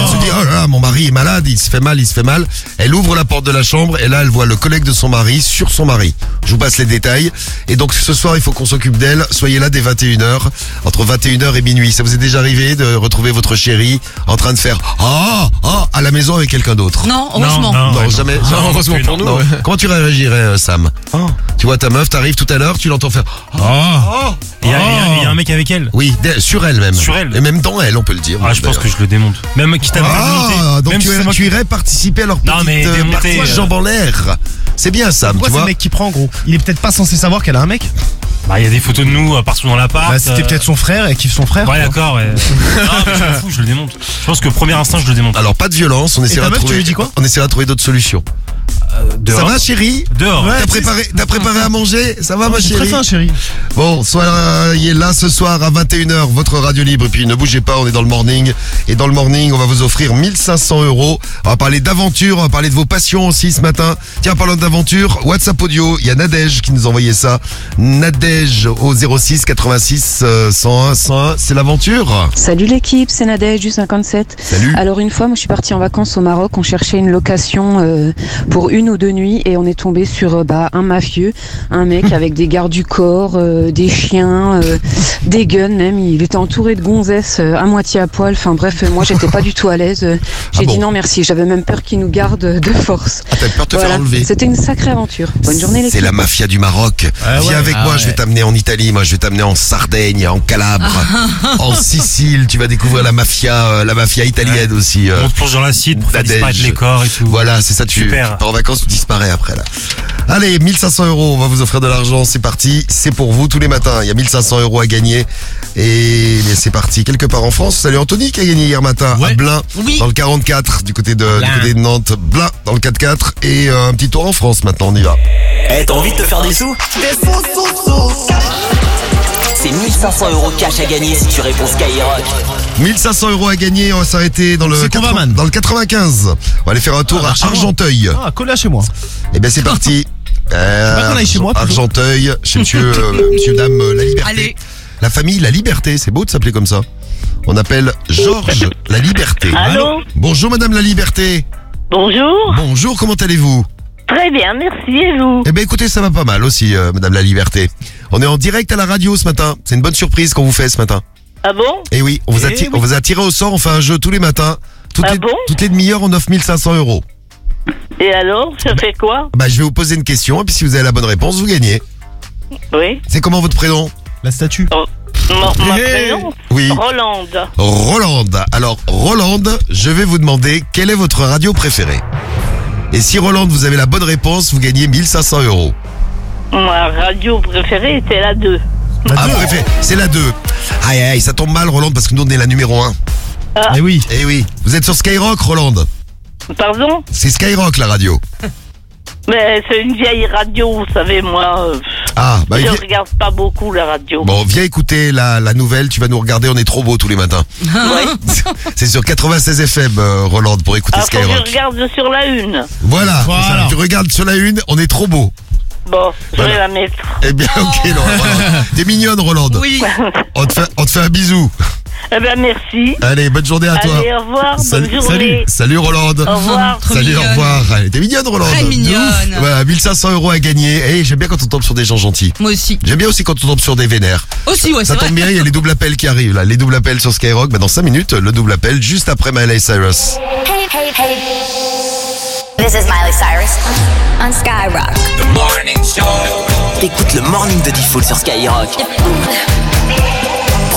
C: elle se dit, oh là là, mon mari est malade, il se fait mal, il se fait mal. Elle ouvre la porte de la chambre et là, elle voit le collègue de son mari sur son mari. Je vous passe les détails. Et donc, ce soir, il faut qu'on s'occupe d'elle. Soyez là dès 21h, entre 21h et minuit. Ça vous est déjà arrivé de retrouver votre chérie en train de faire, ah, ah, à la maison avec quelqu'un d'autre?
E: Non, heureusement.
C: Non,
E: Non,
C: jamais.
E: non,
C: non,
E: non
C: heureusement
E: plus,
C: pour
E: non,
C: nous.
E: ouais.
C: Comment tu réagirais, euh, Sam? Tu vois ta meuf, t'arrives tout à l'heure, tu l'entends faire,
R: Oh.
C: ah,
F: Il y a- il y a- il y a un mec avec elle.
C: Oui, dès- sur elle même.
F: Sur elle.
C: Et même dans elle, on peut le dire.
F: Ah, je pense que je le démonte. Même quitte à me
C: Ah,
F: faire démonter,
C: donc
F: même si
C: tu,
F: c'est
C: irais-
F: moi
C: tu
F: qui-
C: irais participer à leur
F: Non,
C: petite
F: mais
C: euh,
F: démonter,
C: partie
F: euh,
C: jambe en l'air. C'est bien ça,
D: Pourquoi c'est
C: tu vois.
D: le mec qui prend en gros Il est peut-être pas censé savoir qu'elle a un mec.
F: Bah, il y a des photos de nous euh, partout dans l'appart.
D: Bah, c'était
F: euh,
D: peut-être son frère et kiffe son frère.
F: Ouais,
D: quoi.
F: d'accord, ouais. non, mais je m'en fous, je le démonte. Je pense que premier instinct, je le démonte.
C: Alors, pas de violence, on
F: Et
C: essaiera
F: ta
C: de
F: meuf, tu
C: trouver.
F: lui dis quoi Euh,
C: on essaiera de trouver d'autres solutions. Ça
F: dehors.
C: va, chérie
F: Dehors.
C: T'as préparé, t'as préparé à manger Ça va, ma
D: J'ai
C: chérie
D: très faim, chérie.
C: Bon, soyez là ce soir à 21h, votre radio libre. Et puis ne bougez pas, on est dans le morning. Et dans le morning, on va vous offrir 1500 euros. On va parler d'aventure, on va parler de vos passions aussi ce matin. Tiens, parlant d'aventure, WhatsApp audio, il y a Nadège qui nous envoyait ça. Nadège au 06 86 euh, 101 101, c'est l'aventure
T: Salut l'équipe, c'est Nadège du 57.
C: Salut.
T: Alors une fois, moi je suis partie en vacances au Maroc, on cherchait une location euh, pour une ou deux nuits et on est tombé sur euh, bah, un mafieux, un mec avec des gardes du corps, euh, des chiens, euh, des guns même. Il était entouré de gonzesses euh, à moitié à poil. Enfin bref, euh, moi j'étais pas du tout à l'aise. Euh,
C: Ah
T: J'ai dit non merci, j'avais même peur qu'il nous garde euh, de force.
C: peur de te faire enlever.
T: C'était une sacrée aventure. Bonne journée l'équipe.
C: C'est la mafia du Maroc. Viens
T: ouais.
C: avec
T: Ah
C: moi, je vais
T: ouais.
C: t'amener en Italie, moi je vais t'amener en Sardaigne, en Calabre, en Sicile. Tu vas découvrir la mafia, euh, la mafia italienne aussi. euh,
F: On te plonge dans l'acide pour faire
C: Nadège.
F: disparaître les corps et tout.
C: Voilà, c'est ça, tu, tu
F: Super.
C: pars en vacances, tu disparais après là. Allez, 1500 euros, on va vous offrir de l'argent, c'est parti, c'est pour vous tous les matins, il y a 1500 euros à gagner. Et mais c'est parti, quelque part en France, salut Anthony qui a gagné hier matin à Blain, dans le 44, du côté, de, du
B: Blain.
C: côté de Nantes, Blain dans le 4x4, et euh, un petit tour en France maintenant, on y va.
B: Eh, t'as envie de te faire des sous Des sous, sous, sous C'est 1500 euros cash à gagner si tu réponds Skyrock.
C: 1500 euros à gagner, on va s'arrêter dans le, 80 dans le 95. On va aller faire un tour à Argenteuil.
D: Ah, collé à chez moi.
C: Eh bien c'est parti. Euh,
D: Faudrait qu'on aille chez moi, plutôt.
C: Argenteuil, chez monsieur, euh, monsieur dame euh, La Liberté.
D: Allez.
C: La famille La Liberté, c'est beau de s'appeler comme ça. On appelle Georges La Liberté.
I: Allô
C: Bonjour madame La Liberté.
I: Bonjour.
C: Bonjour, comment allez-vous
I: Très bien, merci et vous
C: Eh bien écoutez, ça va pas mal aussi euh, madame La Liberté. On est en direct à la radio ce matin. C'est une bonne surprise qu'on vous fait ce matin.
I: Ah bon
C: Et oui, on vous, a ti- on vous a tiré au sort, on fait un jeu tous les matins. Toutes,
I: Ah
C: les,
I: bon
C: toutes les demi-heures, on offre 1500 euros.
I: Et alors, ça fait quoi
C: Bah, je vais vous poser une question, et puis si vous avez la bonne réponse, vous gagnez.
I: Oui. Oh,
C: C'est comment votre prénom La statue.
I: Mon, mon prénom
C: Oui.
I: Rolande.
C: Rolande. Alors, Rolande, je vais vous demander quelle est votre radio préférée. Et si Rolande, vous avez la bonne réponse, vous gagnez 1500 euros.
I: Ma radio préférée, c'est la 2.
C: Ah, préférée, c'est la 2. Aïe, aïe, ça tombe mal, Rolande, parce que nous, on est la numéro 1.
I: Ah.
C: Eh oui. Eh oui. Vous êtes sur Skyrock, Rolande.
I: Pardon
C: C'est Skyrock, la radio.
I: Mais c'est une vieille radio, vous savez, moi. euh,
C: Ah, bah,
I: je
C: viens,
I: regarde pas beaucoup la radio.
C: bon, viens écouter la, la nouvelle, tu vas nous regarder, on est trop beaux tous les matins. C'est sur 96 FM, euh, Rolande, pour écouter
I: Ah, faut que
C: Skyrock.
I: je regarde sur la une.
C: Voilà,
I: Voilà.
C: tu regardes sur la une, on est trop beau.
I: Bon, je
C: Voilà.
I: vais la mettre.
C: Eh bien, ok, Laura, Rolande. T'es mignonne, Rolande.
I: Oui.
C: On te fait, on te fait un bisou.
I: Eh ben, merci.
C: Allez, bonne journée à toi.
I: Allez, au revoir, bonne journée.
C: Salut, salut Rolande.
I: Au revoir. Trop
C: Salut, au
I: mignonne.
C: revoir. Elle était mignonne, Rolande.
E: Très
C: De ouf.
E: mignonne.
C: Voilà, 1500 euros à gagner. Et j'aime bien quand on tombe sur des gens gentils.
E: Moi aussi.
C: J'aime bien aussi quand on tombe sur des vénères.
E: Aussi, ouais,
C: Ça
E: c'est
C: tombe bien, il y a les doubles appels qui arrivent là. Les doubles appels sur Skyrock. Bah, dans 5 minutes, le double appel juste après Miley Cyrus.
U: Hey, hey, hey. This is Miley Cyrus on Skyrock.
B: Morning Show. Écoute le morning de Diffoul sur Skyrock.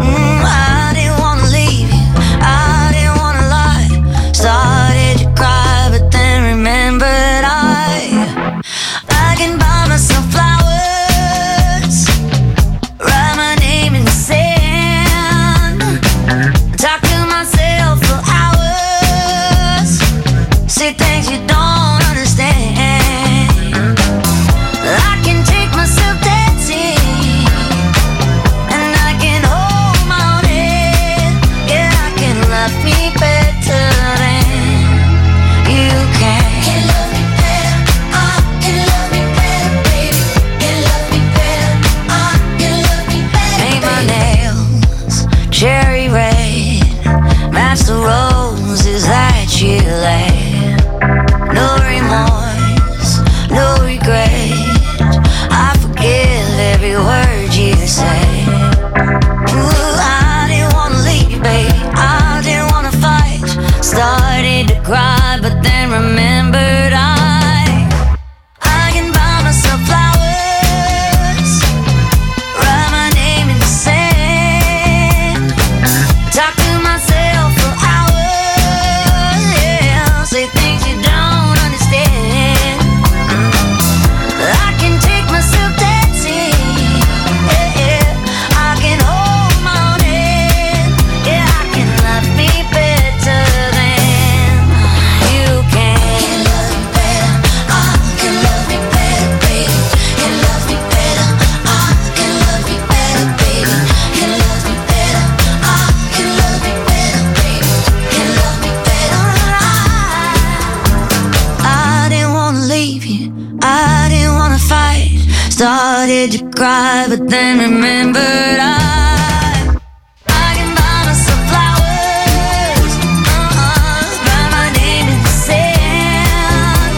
U: Mm, I didn't wanna leave you, I didn't wanna lie. Started to cry, but then remembered I. I can buy myself flowers. Write my name in the sand. Talk to myself for hours. See things you don't understand. I can take myself dancing. And I can hold my own head. Yeah, I can love me better than you can. Can love me better. I can love me better, baby. Can love me better. I can love me better. Paint my nails cherry red. Match the roses that you laid. No remorse, no regret. I forgive every word you say. Ooh, I didn't wanna leave you, baby. I didn't wanna fight. Started to cry, but then remembered I. I can buy myself flowers. Write my name in the sand. Talk to myself for hours. Yeah, say things you don't understand. I can take myself dancing. Yeah, yeah. I can hold my own head. Yeah, I can love me better than you can. Can love me better. I can love me better, baby. Can love me better. I can love me better, baby. Can love me better. I can love me better, baby. Can love me better. I didn't wanna leave you. I didn't wanna fight. Started to cry, but then remembered I. I can buy myself flowers. Uh-uh. Write my name in the sand.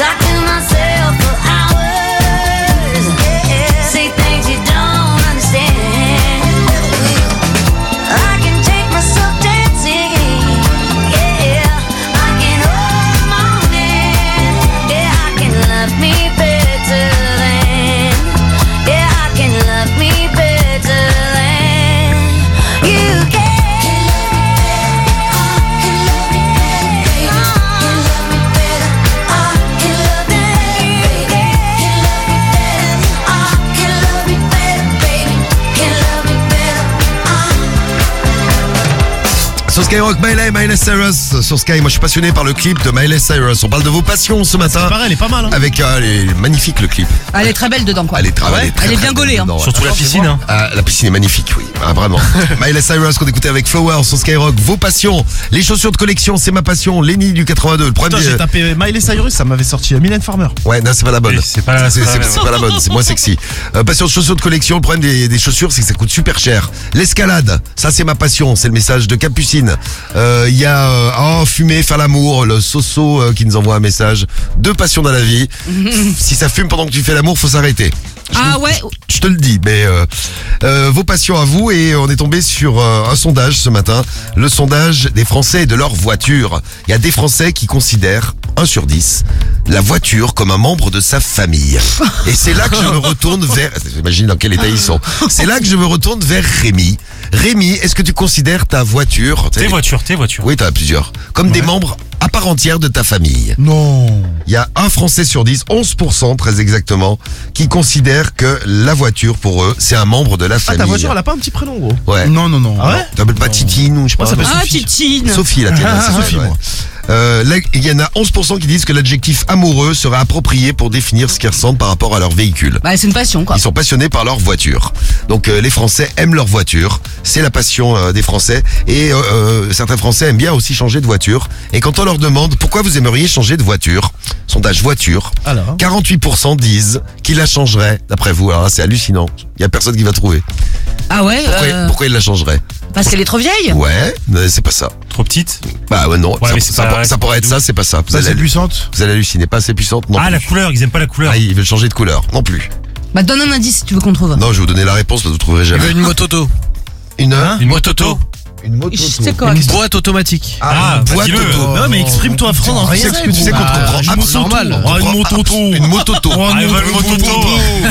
U: Talk to myself for hours. Yeah. Say things you don't understand. I can take myself dancing. Yeah, I can hold my own hand. Yeah, I can love me better than. Yeah, I can love me better than you can. Can love me better. Can love me better. Can love me better, baby. Can love me better.
C: Sur Skyrock, Miley, Miley Cyrus. Sur Sky, moi je suis passionné par le clip de Miley Cyrus. On parle de vos passions ce matin.
D: pareil, elle est pas mal, hein.
C: Avec, euh, elle est magnifique le clip.
E: Ah, Elle est très belle dedans, quoi.
C: Elle est, tra- elle est très,
E: Elle est
C: très,
E: bien
C: très
E: gaulée,
C: belle
E: hein.
C: dedans, ouais.
F: Surtout la piscine, hein.
C: Ah, la piscine est magnifique, oui. Ah, vraiment. Miley Cyrus qu'on écoutait avec Flower sur Skyrock. Vos passions. Les chaussures de collection, c'est ma passion. Lenny du 82. Le
G: Attends,
C: premier.
G: j'ai tapé Miley Cyrus, ça m'avait sorti Mylène Farmer.
C: Ouais, non, c'est pas la bonne. C'est
F: pas la-
C: c'est,
F: c'est pas la bonne.
C: c'est- c'est pas la bonne. C'est moins sexy. Euh, passion de chaussures de collection. Le problème des, des chaussures, c'est que ça coûte super cher. L'escalade, ça c'est ma passion. C'est le message de Capucine. Euh, Il y a euh, oh, fumer, faire l'amour. Le Soso euh, qui nous envoie un message. Deux passions dans la vie. si ça fume pendant que tu fais l'amour, faut s'arrêter.
E: Ah ouais
C: Je te le dis, mais euh, euh, vos passions à vous et on est tombé sur euh, un sondage ce matin, le sondage des Français et de leur voiture. Il y a des Français qui considèrent 1 sur 10 la voiture comme un membre de sa famille. Et c'est là que je me retourne vers... J'imagine dans quel état ils sont. C'est là que je me retourne vers Rémi. Rémi, est-ce que tu considères ta voiture... Tes
F: voitures, tes voitures.
C: Oui, t'en as plusieurs. Comme des membres à part entière de ta famille.
G: Non.
C: Il y a un Français sur 10, 11% très exactement, qui considère que la voiture pour eux, c'est un membre de la
G: Ah,
C: famille.
G: ta voiture, elle a pas un petit prénom, gros
C: Ouais.
G: Non, non, non.
C: Ah ouais T'appelles pas Titine ou je sais pas.
G: Moi, ça s'appelle
E: Ah, Titine.
C: bah, Sophie, la tienne.
G: Ah,
C: c'est
G: Sophie,
C: vrai,
G: moi.
C: Euh, là, il y en a 11% qui disent que l'adjectif amoureux serait approprié pour définir ce qu'ils ressentent par rapport à leur véhicule.
E: Bah, c'est une passion, quoi.
C: Ils sont passionnés par leur voiture. Donc euh, les Français aiment leur voiture. C'est la passion euh, des Français. Et euh, euh, certains Français aiment bien aussi changer de voiture. Et quand on leur demande pourquoi vous aimeriez changer de voiture, sondage voiture, 48% disent qu'ils la changeraient, d'après vous. Alors là, c'est hallucinant. Il y a personne qui va trouver.
E: Ah ouais
C: Pourquoi,
E: euh,
C: pourquoi ils la changeraient
E: Parce qu'elle est trop vieille
C: Ouais, mais c'est pas ça.
F: Trop petite
C: Bah ouais, non,
F: Ouais,
C: ça,
F: mais c'est
C: ça
F: pas-
C: pour- ça
F: c'est
C: pourrait être ça, c'est pas ça. Vous
G: Pas
C: allez
G: assez
C: hallu-
G: puissante
C: Vous allez halluciner, pas assez puissante, non
F: Ah,
C: plus.
F: la couleur, ils aiment pas la couleur.
C: Ah, ils veulent changer de couleur, non plus.
E: Bah, donne un indice si tu veux qu'on trouve.
C: Non, je vais vous donner la réponse, parce que vous trouverez jamais.
M: Une mototo.
C: Une heure
M: Une mototo.
C: Une moto.
E: C'est quoi
M: Une boîte automatique.
C: Ah, une boîte
F: bah, dis-le.
C: auto.
D: Non, mais exprime-toi en français.
C: Tu sais hein, que- tu sais qu'on
D: Bah,
C: comprend
D: une moto
C: absolument-
D: normal.
C: on
D: Ah, une
C: comprend
D: moto auto.
C: abs- Une moto auto.
D: Ah, une moto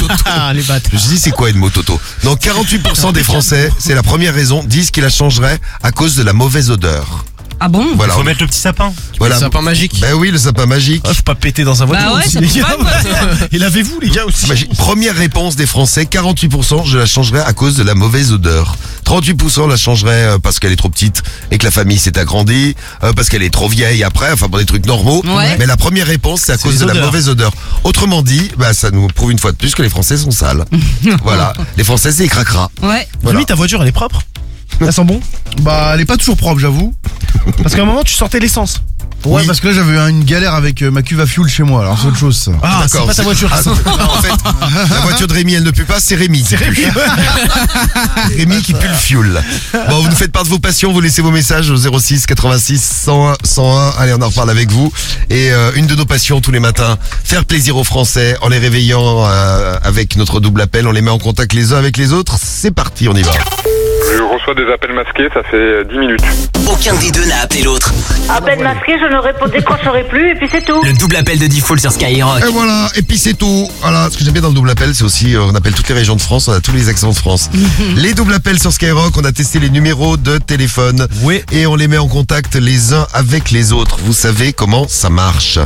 D: auto.
G: Ah, les
C: Je dis c'est quoi une moto auto Donc 48% des Français, c'est la première raison, disent qu'ils la changeraient à cause de la mauvaise odeur.
E: Ah bon
C: Voilà.
F: Faut mettre le petit sapin. Ah,
C: Voilà.
M: magique.
C: Ben oui, le sapin magique.
G: Faut pas péter dans un
E: voiture Bah ouais, aussi, ça les peut gars. pas, quoi.
G: Et l'avez-vous, les gars, aussi
C: Magique. Première réponse des Français, 48% je la changerais à cause de la mauvaise odeur. 38% la changerais euh, parce qu'elle est trop petite et que la famille s'est agrandie, euh, parce qu'elle est trop vieille après, enfin pour des trucs normaux.
E: Ouais.
C: Mais la première réponse, c'est à cause
G: les
C: de la
G: odeurs.
C: mauvaise odeur. Autrement dit, bah, ça nous prouve une fois de plus que les Français sont sales. voilà. Les Français, c'est cracra.
E: Ouais.
C: Voilà.
G: Rémi, ta voiture, elle est propre Elle sent bon Bah, elle est pas toujours propre, j'avoue. Parce qu'à un moment, tu sortais l'essence. Ouais,
C: Oui.
G: parce que là, j'avais une galère avec euh, ma cuve à fuel chez moi, alors c'est autre chose, ça.
D: Ah, c'est
C: D'accord,
D: pas ta voiture.
C: Ah, en fait, la voiture de Rémi, elle ne pue pas, c'est Rémi. C'est Rémi. Rémi qui pue le fioul. Bon, vous nous faites part de vos passions, vous laissez vos messages au 06 86 101 101. Allez, on en reparle avec vous. Et euh, une de nos passions tous les matins, faire plaisir aux Français en les réveillant euh, avec notre double appel. On les met en contact les uns avec les autres. C'est parti, on y va.
A: Je reçois des appels masqués, ça fait euh, 10 minutes.
B: Aucun des deux n'a appelé l'autre.
I: À peine masqué, je ne réponds- décrocherai plus et puis c'est tout.
B: Le double appel de Default sur Skyrock.
C: Et voilà, et puis c'est tout. Voilà, ce que j'aime bien dans le double appel, c'est aussi, euh, on appelle toutes les régions de France, on a tous les accents de France. les doubles appels sur Skyrock, on a testé les numéros de téléphone. Oui. Et on les met en contact les uns avec les autres. Vous savez comment ça marche.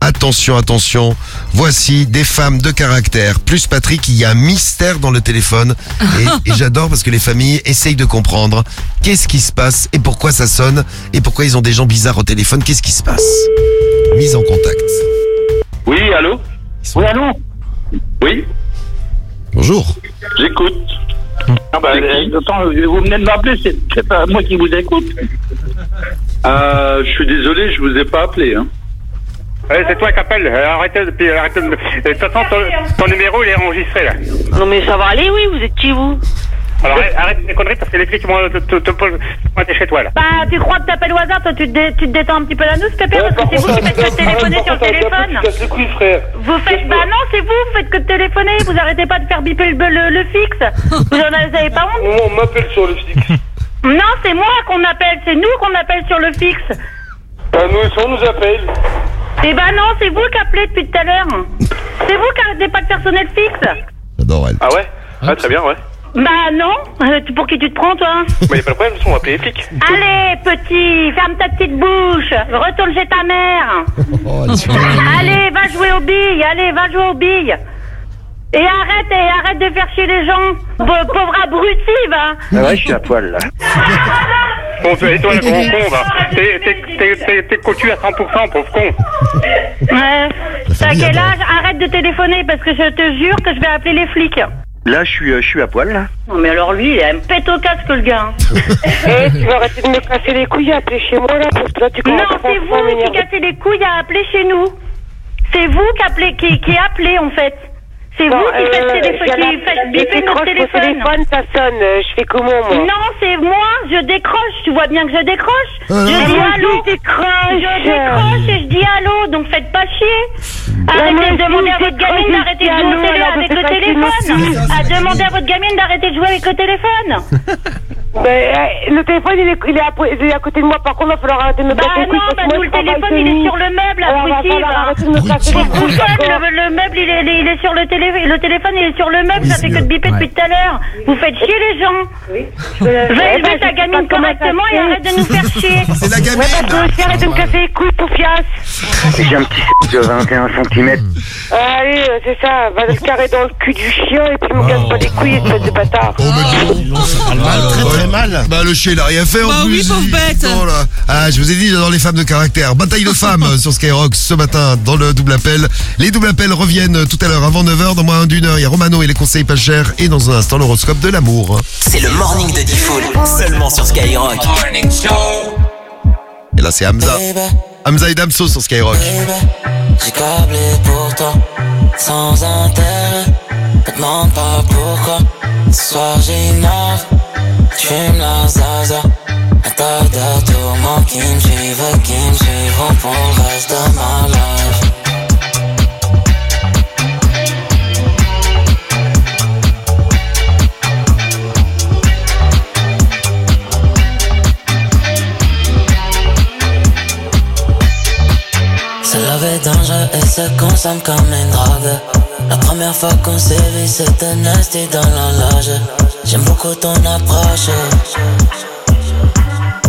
C: Attention, attention. Voici des femmes de caractère. Plus Patrick, il y a un mystère dans le téléphone. Et, et j'adore parce que les familles essayent de comprendre qu'est-ce qui se passe et pourquoi ça sonne et pourquoi ils ont des gens bizarres au téléphone. Qu'est-ce qui se passe? Mise en contact.
A: Oui, allô Oui, allô Oui,
C: Bonjour.
A: j'écoute. Ah bah, euh, attends, vous venez de m'appeler, c'est c'est pas moi qui vous écoute. Euh, je suis désolé, je vous ai pas appelé. hein. Euh, c'est toi qui appelles. Arrêtez, arrêtez. De toute façon, ton, numéro il est enregistré là.
I: Non mais ça va aller, oui, vous êtes qui vous
A: Alors arrête les conneries parce que les flics vont te, pointer chez toi là.
I: Bah tu crois que t'appelles au hasard, toi tu te, dé- tu te détends un petit peu la nousse, Pépé, parce que c'est vous qui faites que de téléphoner sur le téléphone. Vous faites, bah non, c'est vous, vous faites que de téléphoner, vous arrêtez pas de faire biper le, le- le fixe. Vous en avez, vous avez pas honte
A: on m'appelle sur le fixe.
I: Non, c'est moi qu'on appelle, c'est nous qu'on appelle sur le fixe.
A: Bah, nous, on nous appelle.
I: Eh bah non, c'est vous qui appelez depuis tout à l'heure. C'est vous qui arrêtez pas de faire sonner le fixe.
C: J'adore elle.
A: Ah ouais Ah très bien, ouais.
I: Bah non, euh, tu- pour qui tu te prends toi hein
A: Mais y a pas de problème, de toute façon, on va appeler les flics.
I: Allez, petit, ferme ta petite bouche. Retourne chez ta mère. allez, va jouer aux billes. Allez, va jouer aux billes. Et arrête, et arrête de faire chier les gens. Pau- pauvre abruti, va.
A: Ah ouais, je suis à poil là. Bon, toi, et toi, le gros con, va. T'es- t'es- t'es- T'es t'es cocu à 100%, pauvre con.
I: Ouais. T'as
A: famille
I: quel
A: adore.
I: âge Arrête de téléphoner parce que je te jure que je vais appeler les flics.
J: Là, je suis, euh, je suis à poil, là.
I: Non, mais alors lui, il a un pète au casque, le gars.
V: Eh, tu vas arrêter de me casser les couilles à appeler chez moi là, parce que là tu
I: Non,
V: commences à
I: c'est
V: franchement
I: vous qui
V: m'énerver.
I: cassez les couilles à appeler chez nous. C'est vous qui appelez, qui, qui appelez en fait. C'est
V: Bon,
I: vous qui faites
V: euh,
I: téléphone,
V: je
I: qui
V: la-
I: faites
V: je
I: bipper
V: décroche
I: notre
V: mon
I: téléphone.
V: téléphone,
I: ça sonne. Euh, Je fais comment
V: moi
I: Non, c'est moi. Je décroche. Tu vois bien que je décroche.
V: Euh,
I: je
V: non,
I: dis
V: moi
I: allô.
V: aussi, je décroche.
I: Je décroche et je dis allô. Donc faites pas chier.
V: Ah,
I: Arrêtez
V: moi
I: de demander
V: aussi,
I: à
V: je
I: votre
V: décroche,
I: gamine d'arrêter
V: je
I: de
V: dis
I: jouer
V: allô,
I: au télé
V: alors
I: avec
V: que
I: le
V: c'est
I: téléphone.
V: facile.
I: À demander à votre gamine d'arrêter de jouer avec le téléphone.
V: Ben, eh, le téléphone il est, il, est à, il est à côté de moi, par contre il va falloir arrêter de me
I: Bah
V: casser les
I: non,
V: couilles. parce que moi,
I: bah nous,
V: je
I: le
V: travaille
I: téléphone, il
V: de
I: est
V: nuit.
I: sur le meuble,
V: Alors, il va
I: abruti,
V: falloir
I: va.
V: arrêter de me casser les
I: Vous
V: couilles.
I: faites,
V: d'accord
I: le, le meuble, il est, il est sur le téléphone, le téléphone, il est sur le meuble, ça fait que de biper depuis tout à l'heure. Vous faites chier les gens. Va
V: Eh ben,
I: élever
V: je
I: ta
V: sais pas
I: gamine
V: comment ça se
I: correctement et
V: fait.
I: arrête de nous faire chier.
V: C'est la gamine. Ouais, bah, toi aussi, arrête de me casser les couilles, poufiasse.
J: J'ai un petit c- de 21 cm.
W: Hmm.
V: Allez, euh, c'est ça, va se carrer dans le cul du chien et puis me casse pas les couilles, espèce de bâtard.
C: Très très mal. Bah le chien il a rien fait en plus. Il- Oh là. Ah, je vous ai dit j'adore les femmes de caractère. Bataille de femmes euh, sur Skyrock ce matin dans le double appel. Les doubles appels reviennent euh, tout à l'heure avant 9h dans moins d'une heure. Il y a Romano et les conseils pas chers et dans un instant l'horoscope de l'amour.
B: C'est le morning de Diffoul, seulement sur Skyrock.
C: Et là c'est Hamza. Hamza et Damso sur Skyrock.
W: Eh ben, J'ai câblé pour toi, sans intérêt. Ne demande pas pourquoi. Ce soir j'innove, tu me la zaza. Un tas de tourments qui me suivent, qui me suivront pour le reste de ma life. Ce love est dangereux et se consomme comme une drogue. La première fois qu'on s'est vu, c'était nasty dans la loge. J'aime beaucoup ton approche.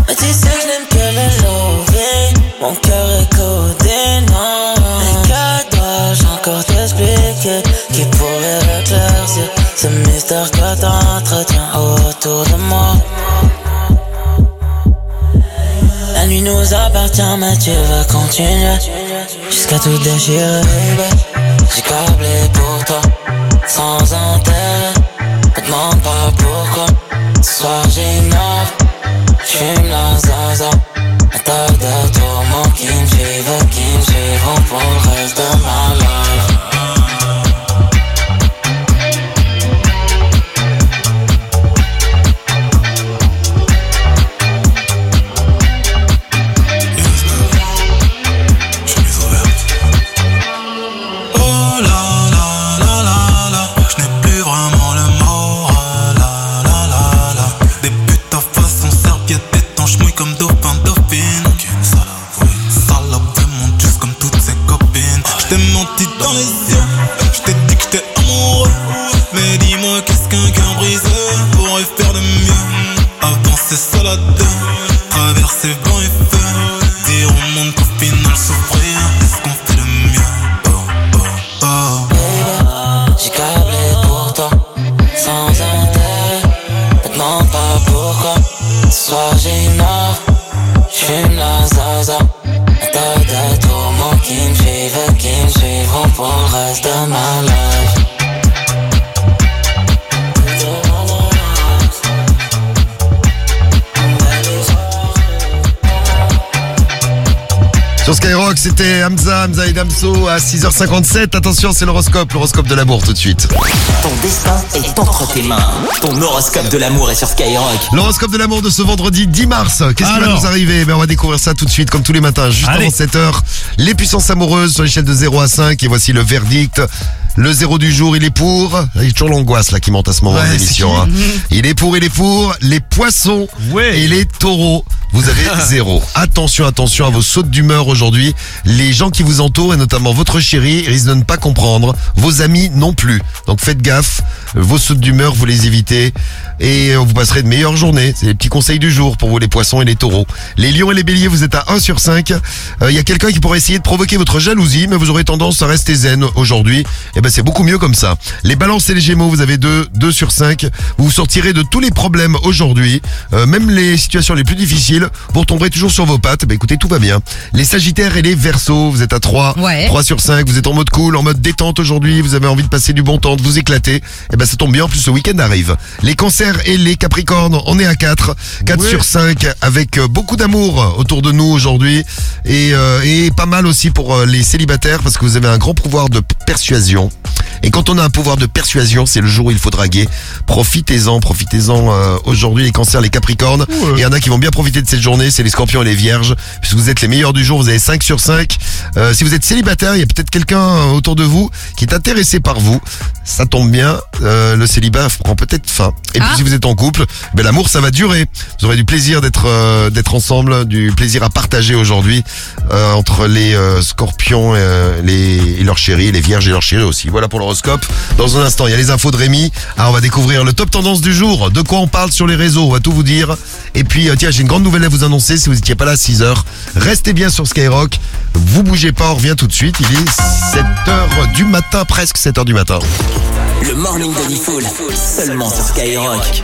W: Mais tu sais que je n'aime que le loving. Mon cœur est codé, non. Mais que dois-je encore t'expliquer Qui pourrait l'éclaircir Ce mystère que t'entretiens autour de moi. La nuit nous appartient, mais tu veux continuer jusqu'à tout déchirer. J'ai câblé pour toi, sans intérêt. Ne demande pas pourquoi. Ce soir j'ignore, j'fume la zaza. Un tas de tourments qui me suivent, qui me suivront pour le reste de ma life.
K: Oh la la la la la, je n'ai plus vraiment le mort. La la la la, des putes à façon serviette étanche, mouille comme dauphin dauphine. Salope, oui. Salope veut mon juice comme toutes ses copines. Je t'ai menti dans les yeux, je t'ai dit que t'es amoureux. Mais dis-moi qu'est-ce qu'un cœur brisé pourrait faire de mieux. Avancer seul à deux, traverser vent et feu. Dire au monde qu'au final souffrir, est-ce qu'on fait le mieux?
W: Baby, J'ai câblé pour toi, sans intérêt. Ne demande pas pourquoi. Ce soir j'ignore, j'fume la zaza. Un tas de tourments qui me suivent, qui me suivront pour le reste de ma life.
C: Sur Skyrock c'était Hamza, Hamza et Damso à 6h57. Attention c'est l'horoscope, l'horoscope de l'amour tout de suite.
B: Ton destin est entre tes mains. Ton horoscope de l'amour est sur Skyrock.
C: L'horoscope de l'amour de ce vendredi 10 mars. Qu'est-ce qui va
B: Alors.
C: nous arriver ben, On va découvrir ça tout de suite, comme tous les matins, juste avant 7h. Les puissances amoureuses sur l'échelle de 0 à 5. Et voici le verdict. Le 0 du jour, il est pour. Il y a toujours l'angoisse là qui monte à ce moment
B: Ouais,
C: de
B: c'est
C: l'émission.
B: qui
C: hein. Il est pour, il est pour. Les poissons et les taureaux. Vous avez zéro. Attention, attention à vos sautes d'humeur aujourd'hui. Les gens qui vous entourent, et notamment votre chérie, risquent de ne pas comprendre. Vos amis non plus. Donc faites gaffe. Vos sautes d'humeur, vous les évitez. Et euh, vous passerez de meilleures journées. C'est les petits conseils du jour pour vous, les poissons et les taureaux. Les lions et les béliers, vous êtes à 1 sur 5. Euh, Il y a quelqu'un qui pourrait essayer de provoquer votre jalousie, mais vous aurez tendance à rester zen aujourd'hui. Et ben c'est beaucoup mieux comme ça. Les balances et les gémeaux, vous avez 2, 2 sur 5. Vous vous sortirez de tous les problèmes aujourd'hui, euh, même les situations les plus difficiles. Vous retomberez toujours sur vos pattes. Ben écoutez, tout va bien. Les sagittaires et les versos, vous êtes à 3.
E: Ouais.
C: 3 sur 5, vous êtes en mode cool, en mode détente aujourd'hui, vous avez envie de passer du bon temps, de vous éclater. Et ben ben ça tombe bien, en plus le week-end arrive. Les concerts et les Capricornes, on est à 4, 4 sur 5, avec euh, beaucoup d'amour autour de nous aujourd'hui, et, euh, et pas mal aussi pour euh, les célibataires, parce que vous avez un grand pouvoir de persuasion. Et quand on a un pouvoir de persuasion, c'est le jour où il faut draguer. Profitez-en, profitez-en euh, aujourd'hui les cancers, les capricornes. Et Il y en a qui vont bien profiter de cette journée, c'est les scorpions et les vierges. Puisque vous êtes les meilleurs du jour, vous avez 5 sur 5. Euh, si vous êtes célibataire, il y a peut-être quelqu'un euh, autour de vous qui est intéressé par vous. Ça tombe bien, euh, le célibat prend peut-être fin. Et puis si vous êtes en couple, ben, l'amour ça va durer. Vous aurez du plaisir d'être euh, d'être ensemble, du plaisir à partager aujourd'hui euh, entre les euh, scorpions euh, les, et leurs chéris, les vierges et leurs chéris aussi. Voilà pour l'horoscope. Dans un instant, il y a les infos de Rémi. Ah, on va découvrir le top tendance du jour. De quoi on parle sur les réseaux, on va tout vous dire. Et puis, euh, tiens, j'ai une grande nouvelle à vous annoncer. Si vous n'étiez pas là à 6h, restez bien sur Skyrock. Vous bougez pas, on revient tout de suite. Il est 7h du matin, presque 7h du matin.
B: Le morning de Fool, seulement sur Skyrock.